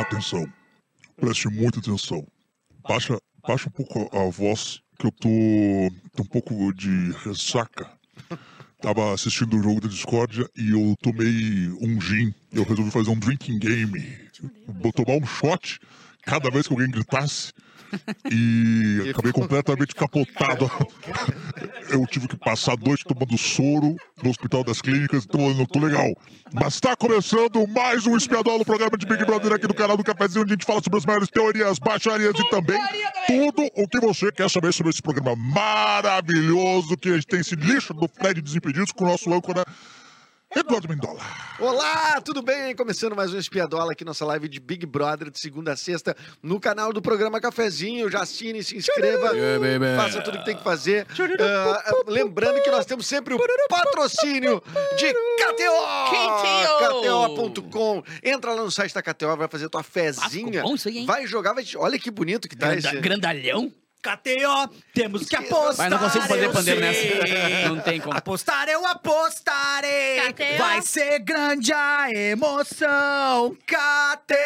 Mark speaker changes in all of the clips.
Speaker 1: atenção. Preste muita atenção. Baixa, baixa um pouco a, a voz, que eu tô, tô um pouco de ressaca. Tava assistindo o jogo da Discordia e eu tomei um gin. Eu resolvi fazer um drinking game. Vou tomar um shot cada vez que alguém gritasse. E acabei completamente capotado. Eu tive que passar dois tomando soro no Hospital das Clínicas, então eu não tô legal. Mas está começando mais um Espiadola, o programa de Big Brother aqui do canal do Cafezinho, onde a gente fala sobre as maiores teorias, baixarias e também tudo o que você quer saber sobre esse programa maravilhoso que a gente tem esse lixo do Fred Desimpedidos com o nosso âncora Eduardo Mendola.
Speaker 2: Olá, tudo bem? Começando mais um Espiadola aqui, nossa live de Big Brother de segunda a sexta no canal do programa Cafezinho. Já assine, se inscreva,
Speaker 3: Yeah, baby.
Speaker 2: faça tudo o que tem que fazer. Ah, lembrando que nós temos sempre o patrocínio de KTO!
Speaker 4: KTO.
Speaker 2: KTO.com. Entra lá no site da KTO, vai fazer tua fezinha.
Speaker 4: Ah, ficou bom isso aí, hein?
Speaker 2: Vai jogar, vai... te- olha que bonito que tá
Speaker 4: Granda-
Speaker 2: esse...
Speaker 4: Grandalhão?
Speaker 5: KTO, temos que
Speaker 3: Mas
Speaker 5: apostar.
Speaker 3: não consigo fazer
Speaker 5: eu
Speaker 3: pandeiro
Speaker 5: sei.
Speaker 3: nessa.
Speaker 4: Não tem como.
Speaker 5: Apostar eu apostarei.
Speaker 6: KTO.
Speaker 5: Vai ser grande a emoção.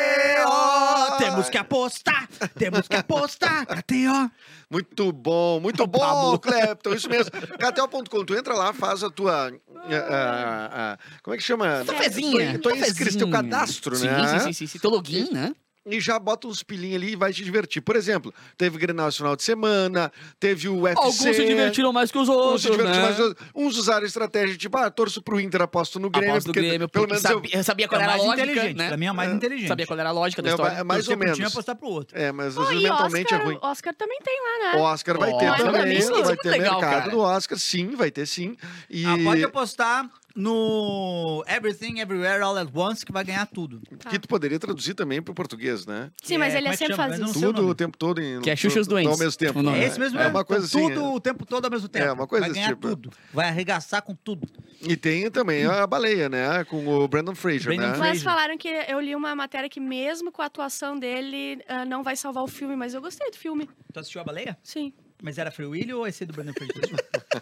Speaker 5: KTO. Temos que apostar. Temos que apostar. KTO.
Speaker 2: Muito bom,
Speaker 4: Tá
Speaker 2: muito bom,
Speaker 5: Pablo.
Speaker 2: Clepton, isso mesmo. KTO.com, tu entra lá, faz a tua. eh, ah, ah, como é que chama?
Speaker 4: Tua fezinha.
Speaker 2: Tu
Speaker 4: tua
Speaker 2: inscreve
Speaker 4: fezinha.
Speaker 2: teu cadastro,
Speaker 4: sim,
Speaker 2: né?
Speaker 4: Sim, sim, sim, sim. Teu login, né?
Speaker 2: E já bota uns pilinhos ali e vai te divertir. Por exemplo, teve Grenal esse final de semana, teve o UFC.
Speaker 3: Alguns se divertiram mais que os outros.
Speaker 2: Uns se divertiram
Speaker 3: né?
Speaker 2: mais que os outros. Uns usaram a estratégia tipo, ah, torço pro Inter, aposto no Grêmio.
Speaker 3: Aposto no
Speaker 2: porque
Speaker 3: Grêmio,
Speaker 2: pelo
Speaker 3: porque
Speaker 2: menos eu-
Speaker 4: Sabia, sabia qual
Speaker 5: é
Speaker 4: era a
Speaker 5: mais
Speaker 4: lógica,
Speaker 5: inteligente. Pra
Speaker 4: né?
Speaker 5: mim é a mais inteligente.
Speaker 3: Sabia qual era a lógica da
Speaker 2: É,
Speaker 3: história?
Speaker 2: é mais ou
Speaker 5: Torcer pro
Speaker 2: menos.
Speaker 5: time e apostar pro outro.
Speaker 2: É, mas
Speaker 6: Pô,
Speaker 2: às vezes
Speaker 6: e
Speaker 2: mentalmente
Speaker 6: Oscar,
Speaker 2: é ruim.
Speaker 6: Oscar também tem lá,
Speaker 2: O
Speaker 6: né?
Speaker 2: Oscar vai
Speaker 4: Olha,
Speaker 2: ter
Speaker 4: pra
Speaker 2: também,
Speaker 4: mim isso é
Speaker 2: vai
Speaker 4: muito
Speaker 2: ter
Speaker 4: legal,
Speaker 2: mercado
Speaker 4: cara.
Speaker 2: do Oscar, sim, vai ter sim. E
Speaker 5: Ah, pode apostar no Everything Everywhere All at Once que vai ganhar tudo.
Speaker 6: Tá.
Speaker 2: que tu poderia traduzir também pro português, né?
Speaker 6: Sim, mas
Speaker 5: É,
Speaker 6: ele
Speaker 5: como é que
Speaker 6: sempre
Speaker 5: chama?
Speaker 6: faz
Speaker 5: Mas
Speaker 6: isso.
Speaker 5: não sei o
Speaker 2: Tudo
Speaker 5: nome.
Speaker 2: o tempo todo em.
Speaker 3: Que é Xuxa e os
Speaker 2: tudo
Speaker 3: Doentes.
Speaker 2: Ao mesmo tempo.
Speaker 3: O nome.
Speaker 5: É
Speaker 2: né?
Speaker 5: esse mesmo,
Speaker 2: É uma coisa assim.
Speaker 5: tudo o tempo todo ao mesmo tempo.
Speaker 2: uma coisa
Speaker 5: Vai
Speaker 2: desse
Speaker 5: ganhar
Speaker 2: tipo, é.
Speaker 5: tudo. Vai arregaçar com tudo.
Speaker 3: é.
Speaker 2: E tem também a baleia, né? Com o Brandon Fraser,
Speaker 5: Brandon
Speaker 2: né?
Speaker 5: Fraser.
Speaker 6: Mas
Speaker 5: Fraser.
Speaker 6: falaram que eu li uma matéria que mesmo com a atuação dele ah, não vai salvar o filme, mas eu gostei do filme.
Speaker 5: Tu assistiu a baleia?
Speaker 6: Sim.
Speaker 5: Mas era Free Willy ou esse do Brandon Fraser?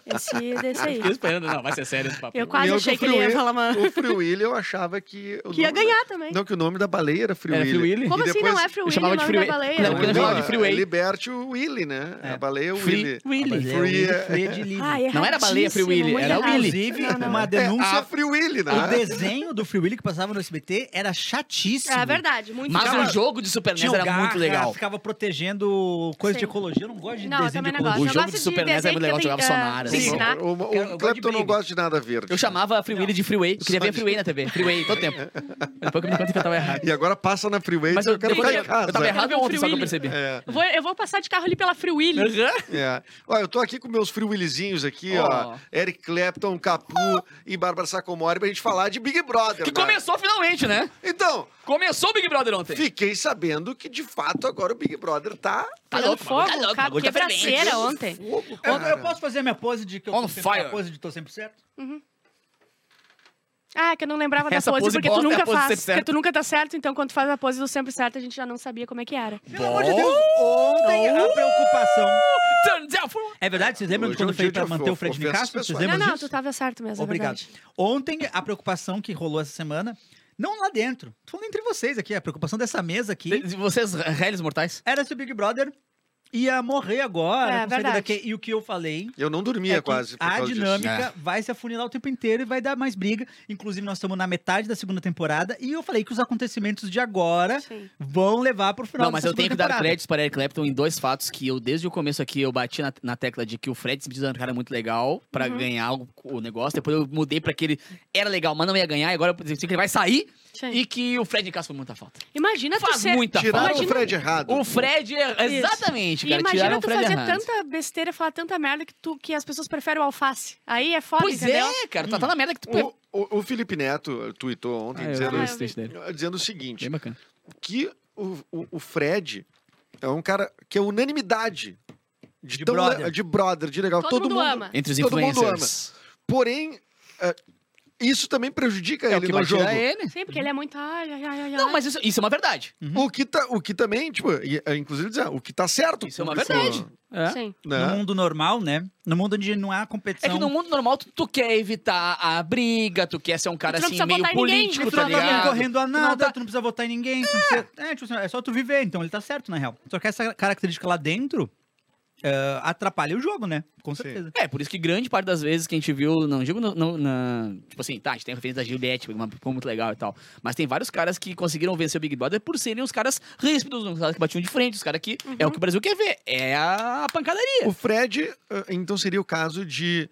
Speaker 6: Esse desse aí.
Speaker 3: Fiquei esperando. Não, vai ser sério esse papo.
Speaker 6: Eu quase
Speaker 2: E o
Speaker 6: achei que ele
Speaker 2: Free
Speaker 6: ia
Speaker 2: Willy-
Speaker 6: falar uma-
Speaker 2: O Free Willy eu achava que. o
Speaker 6: que ia
Speaker 2: nome
Speaker 6: ganhar também.
Speaker 2: Da... Não, que o nome da baleia era Free
Speaker 3: Era
Speaker 2: Willy.
Speaker 3: Free Willy?
Speaker 6: Como
Speaker 2: E
Speaker 6: assim
Speaker 2: depois-
Speaker 6: não é Free
Speaker 3: Eu
Speaker 6: Willy o
Speaker 3: chamava
Speaker 6: nome
Speaker 3: de
Speaker 6: da
Speaker 3: Free-
Speaker 6: baleia?
Speaker 3: Não, porque ele chamava de Free Willy.
Speaker 2: liberte o Willy, né?
Speaker 5: É.
Speaker 2: A baleia é o
Speaker 3: Free
Speaker 2: Willy.
Speaker 3: Willy.
Speaker 5: Mas é o
Speaker 2: Free,
Speaker 5: Willy,
Speaker 2: é-
Speaker 5: Frei de Lili.
Speaker 6: Ai,
Speaker 3: Não era baleia, Free
Speaker 6: erradíssimo,
Speaker 3: Willy,
Speaker 6: muito
Speaker 3: era
Speaker 6: errado.
Speaker 3: Willy.
Speaker 5: Inclusive,
Speaker 6: é Ah, Não, não,
Speaker 5: uma
Speaker 2: É, a
Speaker 5: denúncia.
Speaker 2: Free Willy, né?
Speaker 5: O desenho do Free Willy que passava no SBT era chatíssimo.
Speaker 6: É verdade, muito
Speaker 3: Mas
Speaker 6: errado.
Speaker 3: o jogo de Super
Speaker 5: Tinha
Speaker 3: NES
Speaker 5: o
Speaker 3: era muito
Speaker 5: Garra,
Speaker 3: legal.
Speaker 5: ficava protegendo coisa de
Speaker 6: Sim.
Speaker 5: ecologia. Eu não gosto de
Speaker 6: Não, eu
Speaker 5: desenho
Speaker 6: também
Speaker 5: de
Speaker 6: não
Speaker 5: ecologia.
Speaker 6: gosto.
Speaker 3: O
Speaker 6: Eu
Speaker 3: jogo é
Speaker 6: gosto
Speaker 3: do Super
Speaker 6: de
Speaker 3: NES era muito legal,
Speaker 6: desenho que
Speaker 3: jogava
Speaker 6: tem,
Speaker 3: Sonar,
Speaker 6: ah,
Speaker 3: assim.
Speaker 6: ensinar.
Speaker 2: O, o,
Speaker 5: Eu- eu
Speaker 2: o
Speaker 5: gosto
Speaker 2: Clapton
Speaker 5: de
Speaker 2: não
Speaker 5: briga.
Speaker 2: gosta de nada verde.
Speaker 3: Eu chamava a Free Willy de Freeway. Eu queria ver a Freeway na TV. Freeway, todo tempo. Mas Depois que eu me dei conta que eu tava errado.
Speaker 2: E agora passa na Freeway
Speaker 3: Mas
Speaker 2: eu,
Speaker 3: eu,
Speaker 2: quero
Speaker 3: depois,
Speaker 2: ficar
Speaker 3: eu,
Speaker 2: em casa.
Speaker 3: eu tava errado ontem, só que eu percebi.
Speaker 2: É.
Speaker 6: Vou- eu vou passar de carro ali pela Free Willy.
Speaker 2: É. Ó, eu tô aqui com meus friwillizinhos aqui,
Speaker 3: Ó.
Speaker 2: ó. Eric Clapton, Capu e Bárbara Sacomori pra gente falar de Big Brother.
Speaker 3: Que
Speaker 2: né?
Speaker 3: começou finalmente, né?
Speaker 2: Então,
Speaker 3: Começou o Big Brother ontem.
Speaker 2: fiquei sabendo que de fato agora o Big Brother tá. um
Speaker 3: Tá
Speaker 6: Pegando
Speaker 3: louco,
Speaker 6: fogo,
Speaker 3: tá louco,
Speaker 6: cara,
Speaker 3: bagulho tá
Speaker 6: quebraceira
Speaker 3: fervente.
Speaker 6: ontem.
Speaker 5: Eu, É, eu posso fazer a minha pose de que eu
Speaker 3: On
Speaker 5: tô sempre,
Speaker 3: fire.
Speaker 5: a pose de tô sempre certo?
Speaker 6: Ah, que eu não lembrava da
Speaker 3: Essa
Speaker 6: pose,
Speaker 3: pose
Speaker 6: porque
Speaker 3: bosta
Speaker 6: tu
Speaker 3: é a
Speaker 6: nunca
Speaker 3: pose sempre
Speaker 6: faz. Porque
Speaker 3: certa.
Speaker 6: tu nunca tá certo, então quando tu faz a pose do sempre certo, a gente já não sabia como é que era.
Speaker 5: Pelo amor
Speaker 3: Oh!
Speaker 5: de Deus, ontem a preocupação.
Speaker 3: Turns out for-
Speaker 5: É verdade? Vocês lembram
Speaker 2: Hoje é
Speaker 5: quando
Speaker 2: um
Speaker 5: eu falei
Speaker 2: dia
Speaker 5: pra
Speaker 2: de
Speaker 5: manter
Speaker 2: of-
Speaker 5: o Fred de
Speaker 2: ofensas
Speaker 5: Castro? Vocês
Speaker 2: pessoais.
Speaker 5: lembram
Speaker 6: não, não,
Speaker 5: disso?
Speaker 6: tu tava certo mesmo. é
Speaker 5: Obrigado.
Speaker 6: verdade.
Speaker 5: Ontem, a preocupação que rolou essa semana, não lá dentro, tô falando entre vocês aqui, a preocupação dessa mesa aqui,
Speaker 3: De- Vocês, réis mortais?
Speaker 5: era se o Big Brother ia morrer agora,
Speaker 6: É,
Speaker 5: não saída
Speaker 6: verdade.
Speaker 5: daqui. E o que eu falei
Speaker 2: Eu não dormia
Speaker 5: é que
Speaker 2: quase. Por
Speaker 5: a
Speaker 2: causa disso. É.
Speaker 5: dinâmica vai se afunilar o tempo inteiro e vai dar mais briga. Inclusive, nós estamos na metade da segunda temporada e eu falei que os acontecimentos de agora
Speaker 6: Sim.
Speaker 5: vão levar pro final
Speaker 3: Não, mas
Speaker 5: dessa
Speaker 3: eu tenho que
Speaker 5: segunda
Speaker 3: dar
Speaker 5: temporada.
Speaker 3: créditos para Eric Clapton em dois fatos que eu, desde o começo aqui, eu bati na, na tecla de que o Fred Smith era um cara muito legal pra
Speaker 6: Uhum.
Speaker 3: ganhar o, o negócio. Depois eu mudei pra que ele era legal, mas não ia ganhar. E agora eu disse que ele vai sair
Speaker 6: Sim. É
Speaker 3: e que o Fred de Castro foi muita falta.
Speaker 6: Imagina tu
Speaker 3: Faz
Speaker 6: ser...
Speaker 5: tá
Speaker 3: muita
Speaker 2: Tiraram
Speaker 3: falta.
Speaker 2: o Fred errado.
Speaker 3: O Fred é...
Speaker 6: Isso.
Speaker 3: Exatamente,
Speaker 6: E
Speaker 3: cara. tiraram
Speaker 6: imagina
Speaker 3: o
Speaker 6: tu
Speaker 3: Fred
Speaker 6: fazer
Speaker 3: errado.
Speaker 6: tanta besteira, falar tanta merda que, tu, que as pessoas preferem o alface. Aí é foda,
Speaker 3: Pois
Speaker 6: entendeu?
Speaker 3: é, cara. Tá, tá na merda que tu... Ah,
Speaker 2: O, o- o Felipe Neto tweetou
Speaker 5: Ah,
Speaker 2: ontem dizendo,
Speaker 6: vi.
Speaker 2: dizendo o seguinte:
Speaker 3: Bem bacana.
Speaker 2: que o, o, o Fred é um cara que é unanimidade. De,
Speaker 5: De
Speaker 2: tão le-
Speaker 5: brother.
Speaker 2: de brother, de legal.
Speaker 6: Todo mundo ama.
Speaker 3: Entre os
Speaker 2: Todo mundo
Speaker 3: influencers.
Speaker 2: Porém, é, Isso também prejudica
Speaker 3: É o
Speaker 2: ele
Speaker 3: que
Speaker 2: no
Speaker 3: vai
Speaker 2: jogo.
Speaker 3: tirar ele.
Speaker 6: Sim, porque ele é muito. Ai, ai, ai, ai.
Speaker 3: Não, mas isso, isso é uma verdade.
Speaker 2: O que, tá, o que também, tipo, e, é, inclusive dizer, o que tá certo.
Speaker 3: Isso é uma
Speaker 2: público,
Speaker 3: verdade. É.
Speaker 6: Sim.
Speaker 5: No
Speaker 2: Né?
Speaker 5: mundo normal, né? No mundo onde não há
Speaker 3: É
Speaker 5: competição.
Speaker 3: que no mundo normal tu, tu quer evitar a briga, tu quer ser um cara
Speaker 6: Tu não
Speaker 3: assim
Speaker 6: precisa
Speaker 3: meio
Speaker 6: botar ninguém,
Speaker 3: político,
Speaker 6: tu
Speaker 5: Tu
Speaker 3: tá
Speaker 5: não tá
Speaker 3: ligado?
Speaker 5: correndo a
Speaker 3: não
Speaker 5: nada, tu
Speaker 3: tá-
Speaker 5: não precisa votar em ninguém. Tu não precisa... É, tipo assim, é só tu viver, então ele tá certo, na real. Só que essa característica lá dentro eh, atrapalha o jogo, né? Com
Speaker 2: Sim.
Speaker 5: certeza.
Speaker 3: É, por isso que grande parte das vezes que a gente viu, não digo no- no- na. Tipo assim, tá, a gente tem a referência da Juliette, uma ficou muito legal e tal. Mas tem vários caras que conseguiram vencer o Big Brother por serem os caras ríspidos, os caras que batiam de frente, os caras que. É o
Speaker 6: Uhum.
Speaker 3: que o Brasil quer ver. É a pancadaria.
Speaker 2: O Fred, eh, então, seria o caso de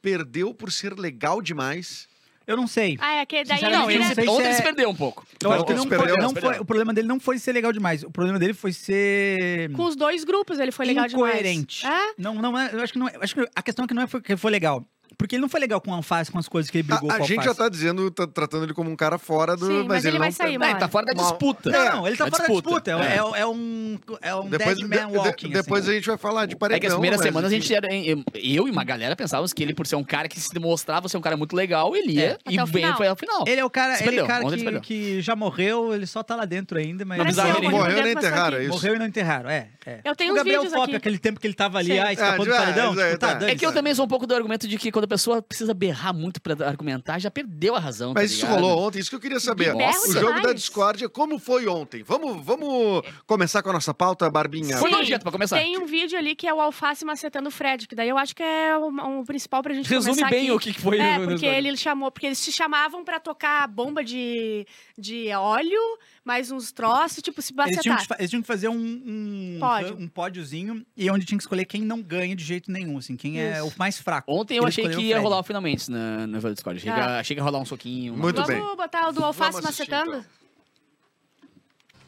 Speaker 2: perdeu por ser legal demais.
Speaker 5: Eu não sei.
Speaker 6: Ah, é que daí
Speaker 5: Não,
Speaker 6: ele
Speaker 5: eu
Speaker 6: vira-
Speaker 5: sei
Speaker 3: Ontem
Speaker 5: se é-
Speaker 3: ele Então, se perdeu um pouco.
Speaker 5: Eu acho
Speaker 2: Não,
Speaker 5: que não
Speaker 2: Então perdeu,
Speaker 5: foi, não
Speaker 3: perdeu.
Speaker 5: foi- o problema dele não foi ser legal demais. O problema dele foi ser
Speaker 6: com os dois grupos ele foi legal
Speaker 5: incoerente.
Speaker 6: demais. É?
Speaker 5: Não, não, é- eu acho que não, é- eu acho que a questão é que não é foi- que foi legal. Porque ele não foi legal com o Alface, com as coisas que ele brigou
Speaker 2: A, a
Speaker 5: com o
Speaker 2: gente já
Speaker 5: Alface.
Speaker 2: tá dizendo, tá tratando ele como um cara fora do.
Speaker 6: Sim,
Speaker 2: mas,
Speaker 6: mas
Speaker 2: ele,
Speaker 6: ele vai
Speaker 2: não
Speaker 6: sair,
Speaker 2: tá-
Speaker 6: mano.
Speaker 3: É, tá fora da
Speaker 2: Mal-
Speaker 3: disputa.
Speaker 5: Não, ele tá
Speaker 3: É
Speaker 5: fora
Speaker 3: disputa.
Speaker 5: da disputa. É, é- é um, é um
Speaker 2: Depois,
Speaker 5: dead man
Speaker 2: de- de-
Speaker 5: walking.
Speaker 2: depois
Speaker 5: assim.
Speaker 2: a gente vai falar de paredão.
Speaker 3: É que as primeiras
Speaker 2: mas
Speaker 3: semanas a gente
Speaker 6: assim-
Speaker 2: enfim.
Speaker 3: era. em- Eu e uma galera pensávamos que ele, por ser um cara que se demonstrava ser um cara muito legal, ele ia
Speaker 6: É.
Speaker 3: e
Speaker 6: Até o
Speaker 3: bem
Speaker 6: final.
Speaker 3: foi ao final.
Speaker 5: Ele é o cara,
Speaker 3: Se
Speaker 5: ele é o
Speaker 3: perdeu,
Speaker 5: cara
Speaker 3: ontem se
Speaker 5: que,
Speaker 3: perdeu.
Speaker 5: que já morreu, ele só tá lá dentro ainda, mas.
Speaker 3: Não
Speaker 6: Parece
Speaker 3: precisava
Speaker 6: eu,
Speaker 3: ele
Speaker 6: quando
Speaker 2: Morreu
Speaker 6: eu
Speaker 2: e
Speaker 6: entro, mas tá aqui.
Speaker 2: enterraram, é isso.
Speaker 5: Morreu e não enterraram, é. é.
Speaker 6: Eu tenho
Speaker 5: o
Speaker 6: uns
Speaker 5: Gabriel
Speaker 6: vídeos
Speaker 5: Pop,
Speaker 6: aqui.
Speaker 5: aquele tempo que ele tava ali,
Speaker 6: Sim.
Speaker 5: ah, escapou do
Speaker 2: Ah,
Speaker 5: paredão.
Speaker 2: já-
Speaker 5: tipo,
Speaker 2: já-
Speaker 5: tá,
Speaker 3: É que
Speaker 2: tá.
Speaker 3: eu
Speaker 5: dane-se.
Speaker 3: também sou um pouco do argumento de que quando a pessoa precisa berrar muito pra argumentar, já perdeu a razão. tá
Speaker 2: Mas isso
Speaker 3: ligado?
Speaker 2: rolou ontem, isso que eu queria saber.
Speaker 3: Nossa.
Speaker 2: O jogo da
Speaker 6: demais.
Speaker 2: discórdia, como foi ontem? Vamos, vamos começar com a nossa pauta, Barbinha.
Speaker 3: Foi
Speaker 6: Sim.
Speaker 3: nojento pra começar.
Speaker 6: Tem um vídeo ali que é o Alface macetando o Fred, que daí eu acho que é o, o principal pra gente
Speaker 3: Resume
Speaker 6: começar
Speaker 3: bem
Speaker 6: aqui.
Speaker 3: o que que foi
Speaker 6: É,
Speaker 3: no- no
Speaker 6: porque
Speaker 3: episódio.
Speaker 6: ele chamou, porque eles se chamavam pra tocar bomba de, de óleo, mais uns troços, tipo, se
Speaker 5: Eles tinham,
Speaker 6: bacetar.
Speaker 5: que, fa- eles tinham que fazer um, um,
Speaker 6: Pódio.
Speaker 5: um pódiozinho e onde tinha que escolher quem não ganha de jeito nenhum, assim, quem é o mais fraco.
Speaker 3: Ontem eu
Speaker 5: Ele
Speaker 3: achei
Speaker 5: escolheu
Speaker 3: que
Speaker 5: o
Speaker 3: ia
Speaker 5: Fred.
Speaker 3: rolar o finalmente na, no Velho Discord. Achei, que,
Speaker 6: Ah.
Speaker 3: achei que ia rolar um soquinho. uma-
Speaker 2: Muito
Speaker 6: Vamos
Speaker 2: bem.
Speaker 6: botar o do Alface
Speaker 2: Vamos assistir,
Speaker 6: macetando?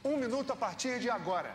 Speaker 4: Um minuto a partir de agora.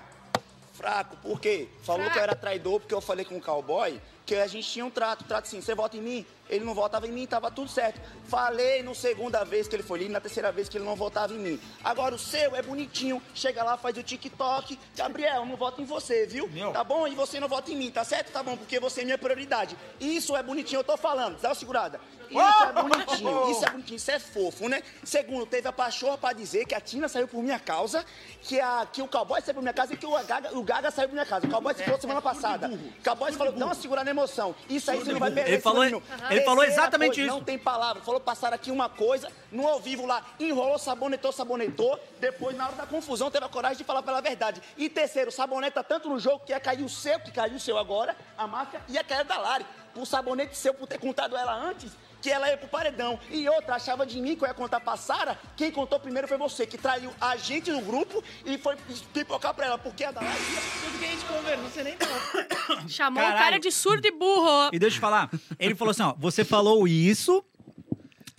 Speaker 7: Fraco, por quê? Falou que eu era traidor porque eu falei com o cowboy que a gente tinha um trato, trato assim, você vota em mim, ele não votava em mim, tava tudo certo. Falei no segunda vez que ele foi livre, na terceira vez que ele não votava em mim. Agora o seu é bonitinho, chega lá, faz o TikTok, Gabriel, não voto em você, viu? Tá bom? E você não vota em mim, tá certo? Tá bom, porque você é minha prioridade. Isso é bonitinho, eu tô falando, dá uma segurada. Isso é bonitinho, isso é bonitinho, isso é fofo, né? Segundo, teve a pachorra pra dizer que a Tina saiu por minha causa, que, a, que o cowboy saiu por minha casa e que o Gaga, o Gaga saiu por minha casa. O cowboy se falou semana passada. O cowboy falou, dá uma segurada na emoção. Isso aí você não vai perder.
Speaker 5: Ele
Speaker 7: esse
Speaker 5: falou-
Speaker 7: menino.
Speaker 5: ele falou
Speaker 7: Terceira
Speaker 5: exatamente
Speaker 7: coisa,
Speaker 5: isso.
Speaker 7: Não tem palavra. Falou, passaram aqui uma coisa, no ao vivo lá, enrolou, sabonetou, sabonetou. Depois, na hora da confusão, teve a coragem de falar pela verdade. E terceiro, saboneta tanto no jogo que ia cair o seu, que caiu o seu agora, a máfia, e a cair a da Lari. Por sabonete seu, por ter contado ela antes, que ela ia pro paredão. E outra, achava de mim que eu ia contar pra Sara. Quem contou primeiro foi você, que traiu a gente do grupo e foi pipocar pra ela. Porque a da Lari...
Speaker 6: Chamou o
Speaker 5: Caralho.
Speaker 6: cara de surdo e burro.
Speaker 5: E deixa eu te falar, ele falou assim: ó, você falou isso.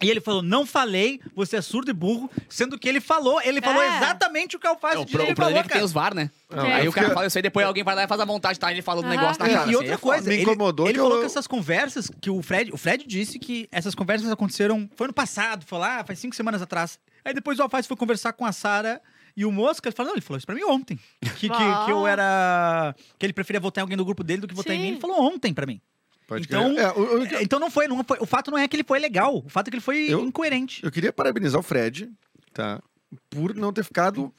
Speaker 5: E ele falou, não falei, você é surdo e burro, sendo que ele falou, ele falou
Speaker 6: É.
Speaker 5: exatamente o que eu faço
Speaker 3: É, o,
Speaker 5: de
Speaker 3: pro-
Speaker 5: ele
Speaker 3: o problema é
Speaker 5: falou,
Speaker 3: que tem
Speaker 5: cara.
Speaker 3: os VAR, né?
Speaker 2: Não,
Speaker 3: aí
Speaker 2: eu
Speaker 3: o cara
Speaker 2: fico-
Speaker 3: fala isso aí, depois
Speaker 6: É.
Speaker 3: alguém vai lá e faz a vontade, tá? Ele fala um
Speaker 6: Aham.
Speaker 3: negócio na
Speaker 2: É,
Speaker 3: cara.
Speaker 5: E
Speaker 3: assim,
Speaker 5: outra
Speaker 3: é foda.
Speaker 5: coisa,
Speaker 2: Me
Speaker 5: ele,
Speaker 2: incomodou
Speaker 5: ele
Speaker 2: que
Speaker 5: falou
Speaker 2: eu-
Speaker 5: que essas conversas que o Fred, o Fred disse que essas conversas aconteceram, foi no passado, foi lá, faz cinco semanas atrás. Aí depois o Alface foi conversar com a Sara e o Mosca, ele falou, não, ele falou isso pra mim ontem. Que, que, que eu era... que ele preferia votar em alguém do grupo dele do que votar em
Speaker 6: Sim.
Speaker 5: mim, ele falou ontem pra mim.
Speaker 2: Pode
Speaker 5: então,
Speaker 2: crer. É, eu, eu-
Speaker 5: É, Então não foi, não foi- O fato não é que ele foi legal. O fato é que ele foi
Speaker 2: Eu-
Speaker 5: incoerente.
Speaker 2: eu queria parabenizar o Fred, tá? Por não ter ficado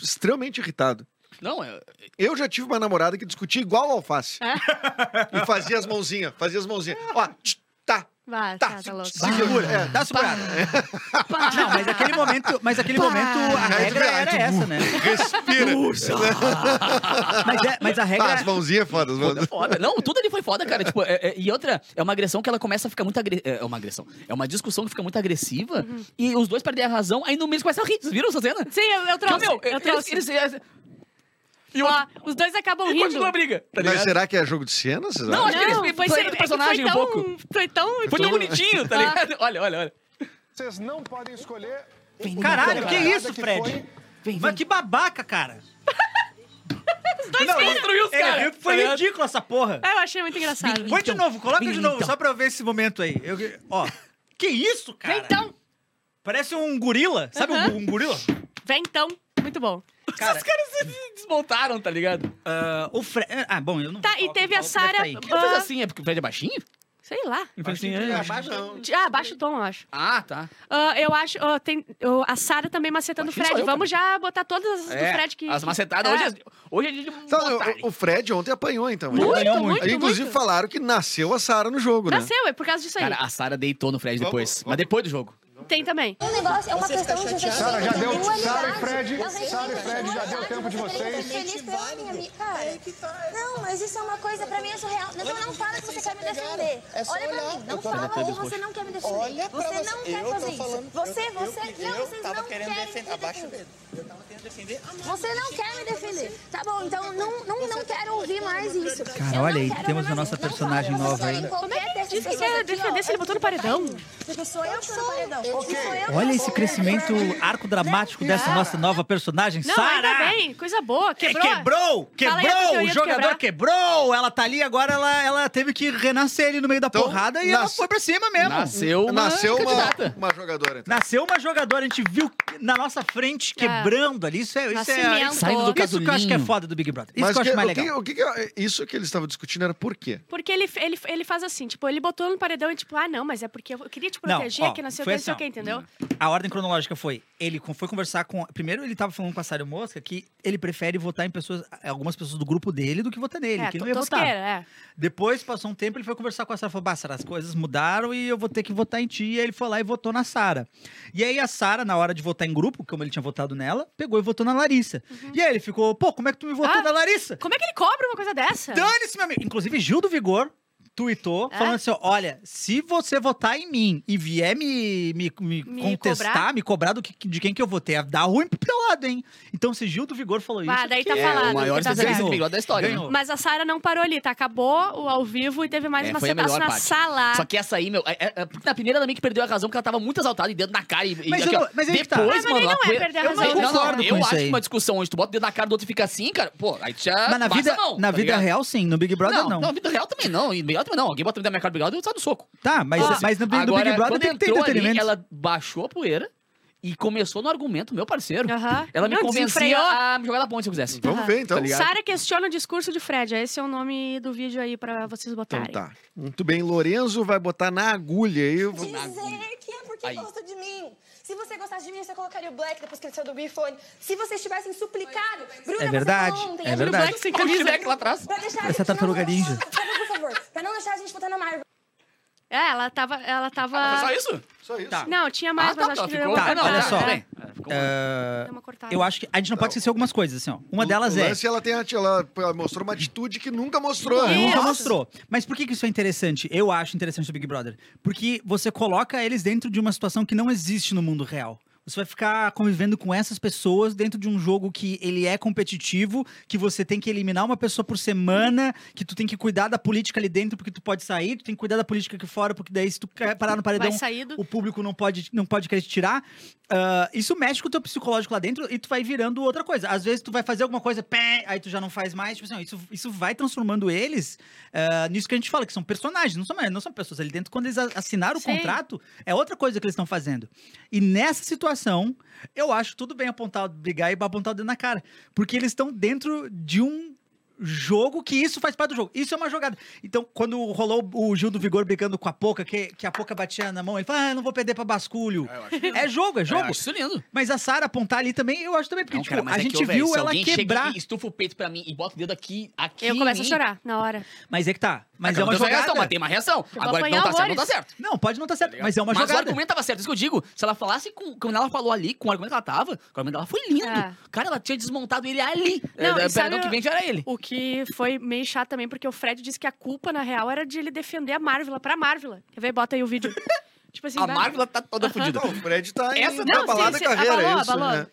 Speaker 2: extremamente irritado.
Speaker 3: Não, é-
Speaker 2: Eu já tive uma namorada que discutia igual o alface. E fazia as mãozinhas, fazia as mãozinhas. Ó, tch, tá,
Speaker 6: Vai,
Speaker 2: tá,
Speaker 6: tá, tá louco.
Speaker 2: segura. É.
Speaker 5: Dá uma segurada. Tá Não, mas é naquele momento, mas naquele
Speaker 6: Pá.
Speaker 5: momento a
Speaker 2: Aí tu
Speaker 5: regra
Speaker 2: vê, aí
Speaker 5: era
Speaker 2: tu-
Speaker 5: essa, né?
Speaker 2: Respira.
Speaker 5: Mas, é- mas a
Speaker 2: Ah, as
Speaker 5: regra.
Speaker 2: mãozinhas foda, as
Speaker 3: Foda,
Speaker 2: mãozinhas.
Speaker 3: foda. Não, tudo ali foi foda, cara. Tipo, é- é- e outra, é uma agressão que ela começa a ficar muito agressiva. É uma agressão. É uma discussão que fica muito agressiva. E os dois perdem a razão, aí no meio eles começam a rir. Vocês viram essa cena?
Speaker 6: Sim, eu, eu
Speaker 3: Então,
Speaker 6: trouxe.
Speaker 3: meu,
Speaker 6: eu
Speaker 3: eles-
Speaker 6: trouxe.
Speaker 3: eles- eles- e o
Speaker 6: Ó, os dois acabam
Speaker 8: Ah,
Speaker 3: e
Speaker 6: rindo.
Speaker 3: continua a briga. tá
Speaker 2: Mas
Speaker 3: ligado?
Speaker 2: será que é jogo de cena? Vocês
Speaker 3: Não,
Speaker 2: acham?
Speaker 3: acho que eles
Speaker 6: foi,
Speaker 3: saíram
Speaker 6: ser-
Speaker 3: do
Speaker 6: é que
Speaker 3: personagem um
Speaker 6: foi tão,
Speaker 3: pouco.
Speaker 6: Foi tão...
Speaker 3: Foi tão bonitinho, tá
Speaker 6: Ah.
Speaker 3: ligado? Olha, olha, olha.
Speaker 4: Vocês não podem escolher.
Speaker 5: Caralho, que
Speaker 4: Parada
Speaker 5: isso,
Speaker 4: que
Speaker 5: Fred?
Speaker 4: foi-
Speaker 5: Mas que babaca, cara.
Speaker 6: Os dois
Speaker 5: Não,
Speaker 6: riram.
Speaker 3: Destruiu os
Speaker 5: Ele
Speaker 3: caras.
Speaker 5: riu que foi
Speaker 3: tá ligado?
Speaker 5: ridículo essa porra.
Speaker 6: Ah, Eu achei muito engraçado.
Speaker 5: Põe de novo, coloca de
Speaker 3: Vem,
Speaker 5: novo,
Speaker 3: então.
Speaker 5: só pra eu ver esse momento aí. Eu- ó, que isso, cara?
Speaker 6: Vem então,
Speaker 5: Parece um gorila. Sabe um-
Speaker 6: Aham.
Speaker 5: um gorila?
Speaker 6: vem então. Muito bom.
Speaker 5: Cara,
Speaker 3: Os caras se desmontaram, tá ligado?
Speaker 5: ah, o Fred. Ah, bom, eu não.
Speaker 6: Tá,
Speaker 5: vou
Speaker 6: e
Speaker 5: falar o que
Speaker 6: teve
Speaker 5: ele
Speaker 6: a
Speaker 5: falou, porque deve
Speaker 6: Sara.
Speaker 5: tá aí.
Speaker 3: Eu fiz assim, é porque o Fred é baixinho?
Speaker 8: Sei lá.
Speaker 5: Ele fez assim, é,
Speaker 2: Abaixo não.
Speaker 8: Ah, baixa o tom, eu acho.
Speaker 3: Ah, tá.
Speaker 8: Ah, eu acho. ah, tem, eu- a Sara também macetando o
Speaker 3: Acho que
Speaker 8: Fred.
Speaker 3: sou eu
Speaker 8: Vamos já botar todas as
Speaker 3: É,
Speaker 8: do Fred que.
Speaker 3: As macetadas
Speaker 8: É.
Speaker 3: hoje, é- hoje é dia de
Speaker 2: Então,
Speaker 3: botarem.
Speaker 2: o, o Fred ontem apanhou, então.
Speaker 5: Muito,
Speaker 2: Ele-
Speaker 5: ganhou
Speaker 8: muito,
Speaker 5: muito.
Speaker 2: Aí, inclusive,
Speaker 8: muito.
Speaker 2: falaram que nasceu a Sara no jogo, né?
Speaker 8: Nasceu, é por causa disso aí.
Speaker 3: Cara, a Sara deitou no Fred
Speaker 2: Vamos,
Speaker 3: depois.
Speaker 2: vamos.
Speaker 3: Mas depois do jogo.
Speaker 8: Tem também.
Speaker 9: Um negócio, é uma questão de vocês
Speaker 7: Sara, já deu. Sara
Speaker 9: Duas
Speaker 7: e
Speaker 9: amizades.
Speaker 7: Fred,
Speaker 9: Não, vocês
Speaker 7: Sara e
Speaker 9: têm
Speaker 7: Fred,
Speaker 9: duas
Speaker 7: já deu
Speaker 9: amizades,
Speaker 7: tempo de
Speaker 9: vocês deveriam ter
Speaker 7: vocês.
Speaker 9: feliz pela minha amiga, cara. Não, mas isso é uma coisa, pra mim é surreal. Não, não fala que você quer me defender.
Speaker 7: É só
Speaker 9: Olha pra
Speaker 7: olhar.
Speaker 9: mim,
Speaker 7: Eu
Speaker 9: não
Speaker 7: tô
Speaker 9: fala
Speaker 3: olhando.
Speaker 9: que você não quer me defender.
Speaker 7: Olha pra
Speaker 9: Você
Speaker 7: você.
Speaker 9: não quer
Speaker 7: Eu tô
Speaker 9: fazer isso.
Speaker 7: falando-
Speaker 9: Você,
Speaker 7: eu- eu
Speaker 9: você,
Speaker 7: pedi,
Speaker 9: não,
Speaker 7: eu
Speaker 9: vocês
Speaker 7: tava
Speaker 9: não
Speaker 7: querendo
Speaker 9: querem
Speaker 7: defender.
Speaker 9: me
Speaker 7: Abaixa o
Speaker 9: defender. Você não quer me defender. Tá bom, então não, não, não quero ouvir mais isso.
Speaker 5: Cara,
Speaker 9: Eu não
Speaker 5: olha aí,
Speaker 9: quero
Speaker 5: temos
Speaker 9: mais
Speaker 5: a nossa
Speaker 9: isso. Não
Speaker 5: personagem
Speaker 9: fala.
Speaker 5: nova aí.
Speaker 9: Em qualquer
Speaker 8: Como é que ele disse que
Speaker 9: dessas
Speaker 8: ia
Speaker 9: aqui, ó,
Speaker 8: defender se ele botou no paredão?
Speaker 9: Porque sou eu que tô no paredão. Porque sou eu que
Speaker 5: Olha
Speaker 9: tô
Speaker 5: esse
Speaker 9: no
Speaker 5: crescimento,
Speaker 9: paredão.
Speaker 5: arco dramático dessa nossa nova personagem,
Speaker 8: Não,
Speaker 5: Sara!
Speaker 8: ainda bem, coisa boa.
Speaker 5: É,
Speaker 8: Quebrou.
Speaker 5: quebrou!
Speaker 8: Fala aí a
Speaker 5: Quebrou!
Speaker 8: teoria
Speaker 5: O
Speaker 8: do
Speaker 5: jogador
Speaker 8: quebrar.
Speaker 5: quebrou! Ela tá ali, agora ela, ela teve que renascer ali no meio da
Speaker 2: Então,
Speaker 5: porrada e
Speaker 2: nas-
Speaker 5: ela foi pra cima mesmo.
Speaker 3: Nasceu uma
Speaker 2: Tá Nasceu uma,
Speaker 3: candidata.
Speaker 2: uma jogadora. Então.
Speaker 5: Nasceu uma jogadora, a gente viu na nossa frente quebrando ali. Isso é. Isso, é,
Speaker 8: Nascimento.
Speaker 5: isso,
Speaker 3: Saindo do
Speaker 5: isso que eu acho que é
Speaker 3: casulinho.
Speaker 5: foda do Big Brother. Isso
Speaker 2: Mas
Speaker 5: que eu acho mais
Speaker 2: o
Speaker 5: legal.
Speaker 2: que, o que, que é- isso que eles estavam discutindo era por quê?
Speaker 8: Porque ele, ele, ele faz assim, tipo, ele botou no paredão e tipo, ah, não, mas é porque eu queria te
Speaker 5: Não,
Speaker 8: proteger,
Speaker 5: ó,
Speaker 8: que não sei o
Speaker 5: foi
Speaker 8: que, não sei o
Speaker 5: assim,
Speaker 8: que,
Speaker 5: ó.
Speaker 8: entendeu?
Speaker 5: A ordem cronológica foi: ele con- foi conversar com. Primeiro, ele tava falando com a Sário Mosca que ele prefere votar em pessoas, algumas pessoas do grupo dele do que votar nele,
Speaker 8: é,
Speaker 5: que ele
Speaker 8: to-
Speaker 5: não ia votar.
Speaker 8: tosqueira, é.
Speaker 5: Depois passou um tempo, ele foi conversar com a Sara, falou: "Bah, Sara, as coisas mudaram e eu vou ter que votar em ti". E aí ele foi lá e votou na Sara. E aí a Sara, na hora de votar em grupo, como ele tinha votado nela, pegou e votou na Larissa. E aí ele ficou: "Pô, como é que tu me votou
Speaker 8: Uhum. Ah.
Speaker 5: na Larissa?"
Speaker 8: Como é que ele cobra uma coisa dessa?
Speaker 3: Então,
Speaker 5: Dane-se, meu amigo. Inclusive, Gil do Vigor tweetou
Speaker 8: É?
Speaker 5: falando assim: ó, olha, se você votar em mim e vier me, me, me
Speaker 8: Me
Speaker 5: contestar,
Speaker 8: cobrar?
Speaker 5: me cobrar do que- de quem que eu votei, dá ruim pro teu lado, hein? Então, se Gil do Vigor falou isso.
Speaker 8: Ah, daí tá
Speaker 5: que-
Speaker 8: falado.
Speaker 3: É, o maior
Speaker 8: que tá
Speaker 3: especialista de
Speaker 5: certo.
Speaker 3: Big Brother da história. né?
Speaker 5: Ganhou.
Speaker 8: Mas a Sara não parou ali, tá? Acabou o ao vivo e teve mais
Speaker 3: É,
Speaker 8: uma
Speaker 3: foi a
Speaker 8: setaço
Speaker 3: melhor
Speaker 8: na
Speaker 3: parte.
Speaker 5: Ah.
Speaker 8: sala.
Speaker 3: Só que essa aí, meu, é- é- é- na primeira também que perdeu a razão, porque ela tava muito exaltada e dedo na cara. E, e
Speaker 5: Mas eu
Speaker 3: aqui, ó,
Speaker 5: não- mas aí que tá.
Speaker 3: depois,
Speaker 8: Ah, mas
Speaker 3: mano,
Speaker 8: aí
Speaker 3: ela
Speaker 8: não é
Speaker 3: foi-
Speaker 8: perder a
Speaker 3: Eu não-
Speaker 8: razão.
Speaker 3: não, não,
Speaker 5: Concordo com
Speaker 3: Eu
Speaker 5: isso
Speaker 3: acho
Speaker 5: aí.
Speaker 3: que uma discussão onde tu bota o dedo na cara do outro e fica assim, cara, pô, aí tu já.
Speaker 5: Mas na
Speaker 3: passa
Speaker 5: vida,
Speaker 3: a mão,
Speaker 5: na
Speaker 3: tá
Speaker 5: vida
Speaker 3: ligado?
Speaker 5: real, sim. No Big Brother,
Speaker 3: não,
Speaker 5: não.
Speaker 3: na vida real também não. Em Big Brother também não. Alguém bota o dedo na minha cara do Big Brother, eu saio do soco.
Speaker 5: Tá, mas,
Speaker 3: Ó,
Speaker 5: mas no, Big- no
Speaker 3: agora,
Speaker 5: Big Brother
Speaker 3: quando
Speaker 5: tem que ter
Speaker 3: entrou ali,
Speaker 5: entretenimento.
Speaker 3: ela baixou a poeira e começou no argumento, meu parceiro.
Speaker 8: Aham.
Speaker 3: Ela me
Speaker 8: Não,
Speaker 3: convencia
Speaker 8: desenfreou.
Speaker 3: a me jogar da ponte se eu quisesse.
Speaker 2: Vamos ver, então.
Speaker 3: Tá ligado?
Speaker 8: Sara questiona o discurso de Fred. Esse é o nome do vídeo aí pra vocês
Speaker 2: Então
Speaker 8: botarem.
Speaker 2: tá. Muito bem, Lorenzo vai botar na agulha aí. Eu vou-
Speaker 9: Dizer que é porque
Speaker 3: Aí.
Speaker 9: gosta de mim. Se você gostasse de mim, você colocaria o Black depois que ele saiu do Bifone. Se vocês tivessem suplicado, Bruna,
Speaker 5: É
Speaker 9: você
Speaker 5: verdade,
Speaker 9: falou ontem,
Speaker 5: é
Speaker 9: a gente
Speaker 5: verdade.
Speaker 9: vai-
Speaker 3: Sem camisa, né, que lá atrás.
Speaker 9: Pra deixar a
Speaker 5: Essa
Speaker 9: gente não
Speaker 5: tartaruga
Speaker 9: votar-
Speaker 5: ninja.
Speaker 9: Por favor, pra não deixar a gente votar na Marvel.
Speaker 8: É, ela tava. Ela tava...
Speaker 3: Ah, Foi
Speaker 5: Ah,
Speaker 3: só isso?
Speaker 2: Só isso.
Speaker 8: Não, tinha mais,
Speaker 3: Ah,
Speaker 8: mas
Speaker 3: tá,
Speaker 8: acho
Speaker 3: ela
Speaker 8: que
Speaker 3: ficou-
Speaker 8: deu uma
Speaker 5: Tá,
Speaker 8: cortada.
Speaker 5: olha só.
Speaker 8: É,
Speaker 3: É, ficou-
Speaker 5: Ah,
Speaker 8: deu uma cortada.
Speaker 5: eu acho que a gente não pode esquecer algumas coisas, assim, ó. Uma delas
Speaker 2: o
Speaker 5: é.
Speaker 2: lance, ela, tem, a- ela ela mostrou uma atitude que nunca mostrou.
Speaker 5: Não,
Speaker 2: né?
Speaker 5: nunca
Speaker 8: Isso.
Speaker 5: mostrou. Mas por que, que isso é interessante? Eu acho interessante do Big Brother. Porque você coloca eles dentro de uma situação que não existe no mundo real. Você vai ficar convivendo com essas pessoas dentro de um jogo que ele é competitivo, que você tem que eliminar uma pessoa por semana, que tu tem que cuidar da política ali dentro porque tu pode sair, tu tem que cuidar da política aqui fora porque daí se tu quer parar no paredão
Speaker 3: um
Speaker 8: Vai saído.
Speaker 5: o público não pode, não pode querer te tirar. Ah, isso mexe com o teu psicológico lá dentro e tu vai virando outra coisa. Às vezes tu vai fazer alguma coisa, pé, aí tu já não faz mais. Tipo assim, ó, isso, isso vai transformando eles ah, nisso que a gente fala, que são personagens, não são, não são pessoas ali dentro. Quando eles a- assinaram
Speaker 8: Sim.
Speaker 5: o contrato, é outra coisa que eles estão fazendo. E nessa situação, eu acho tudo bem apontar, brigar e apontar o dedo na cara. Porque eles estão dentro de um jogo que isso faz parte do jogo. Isso é uma jogada. Então, quando rolou o Gil do Vigor brigando com a Poca, que, que a Poca batia na mão, ele fala, ah, eu não vou perder pra basculho. É jogo, é
Speaker 3: Eu
Speaker 5: jogo.
Speaker 3: acho isso lindo.
Speaker 5: Mas a Sara apontar ali também, eu acho também, porque
Speaker 3: Não,
Speaker 5: tipo,
Speaker 3: cara, mas
Speaker 5: a
Speaker 3: é que,
Speaker 5: gente
Speaker 3: ô, velho,
Speaker 5: viu
Speaker 3: se
Speaker 5: ela
Speaker 3: alguém chega
Speaker 5: quebrar.
Speaker 3: e estufa o peito pra mim e bota o dedo aqui, aqui.
Speaker 8: Eu
Speaker 3: em
Speaker 8: começo a
Speaker 3: mim,
Speaker 8: chorar na hora.
Speaker 5: Mas é que tá. Mas
Speaker 3: cara,
Speaker 5: é uma
Speaker 3: não tem
Speaker 5: jogada.
Speaker 3: Reação, mas tem uma reação.
Speaker 8: vou
Speaker 3: Agora
Speaker 8: apanhar
Speaker 3: não tá certo, não
Speaker 8: horrores.
Speaker 3: tá certo.
Speaker 5: Não, pode não estar certo, mas é uma
Speaker 3: mas o
Speaker 5: jogada.
Speaker 3: argumento tava certo, isso que eu digo. Se ela falasse com. Quando ela falou ali, com o argumento que ela tava, o argumento dela foi lindo.
Speaker 8: É.
Speaker 3: Cara, ela tinha desmontado ele ali.
Speaker 8: Não,
Speaker 3: é,
Speaker 8: e sabe
Speaker 3: o que
Speaker 8: o-
Speaker 3: vem já era ele.
Speaker 8: O que foi meio chato também, porque o Fred disse que a culpa, na real, era de ele defender a Marvel pra Marvel. Quer ver? Bota aí o vídeo. tipo assim,
Speaker 3: A
Speaker 8: vai-
Speaker 3: Marvel tá toda fodida.
Speaker 2: Não, o Fred tá em
Speaker 3: Essa-
Speaker 2: Essa,
Speaker 3: Não,
Speaker 2: não, balada
Speaker 8: sim, sim,
Speaker 2: carreira,
Speaker 8: abalou,
Speaker 2: é isso,
Speaker 8: abalou.
Speaker 2: né?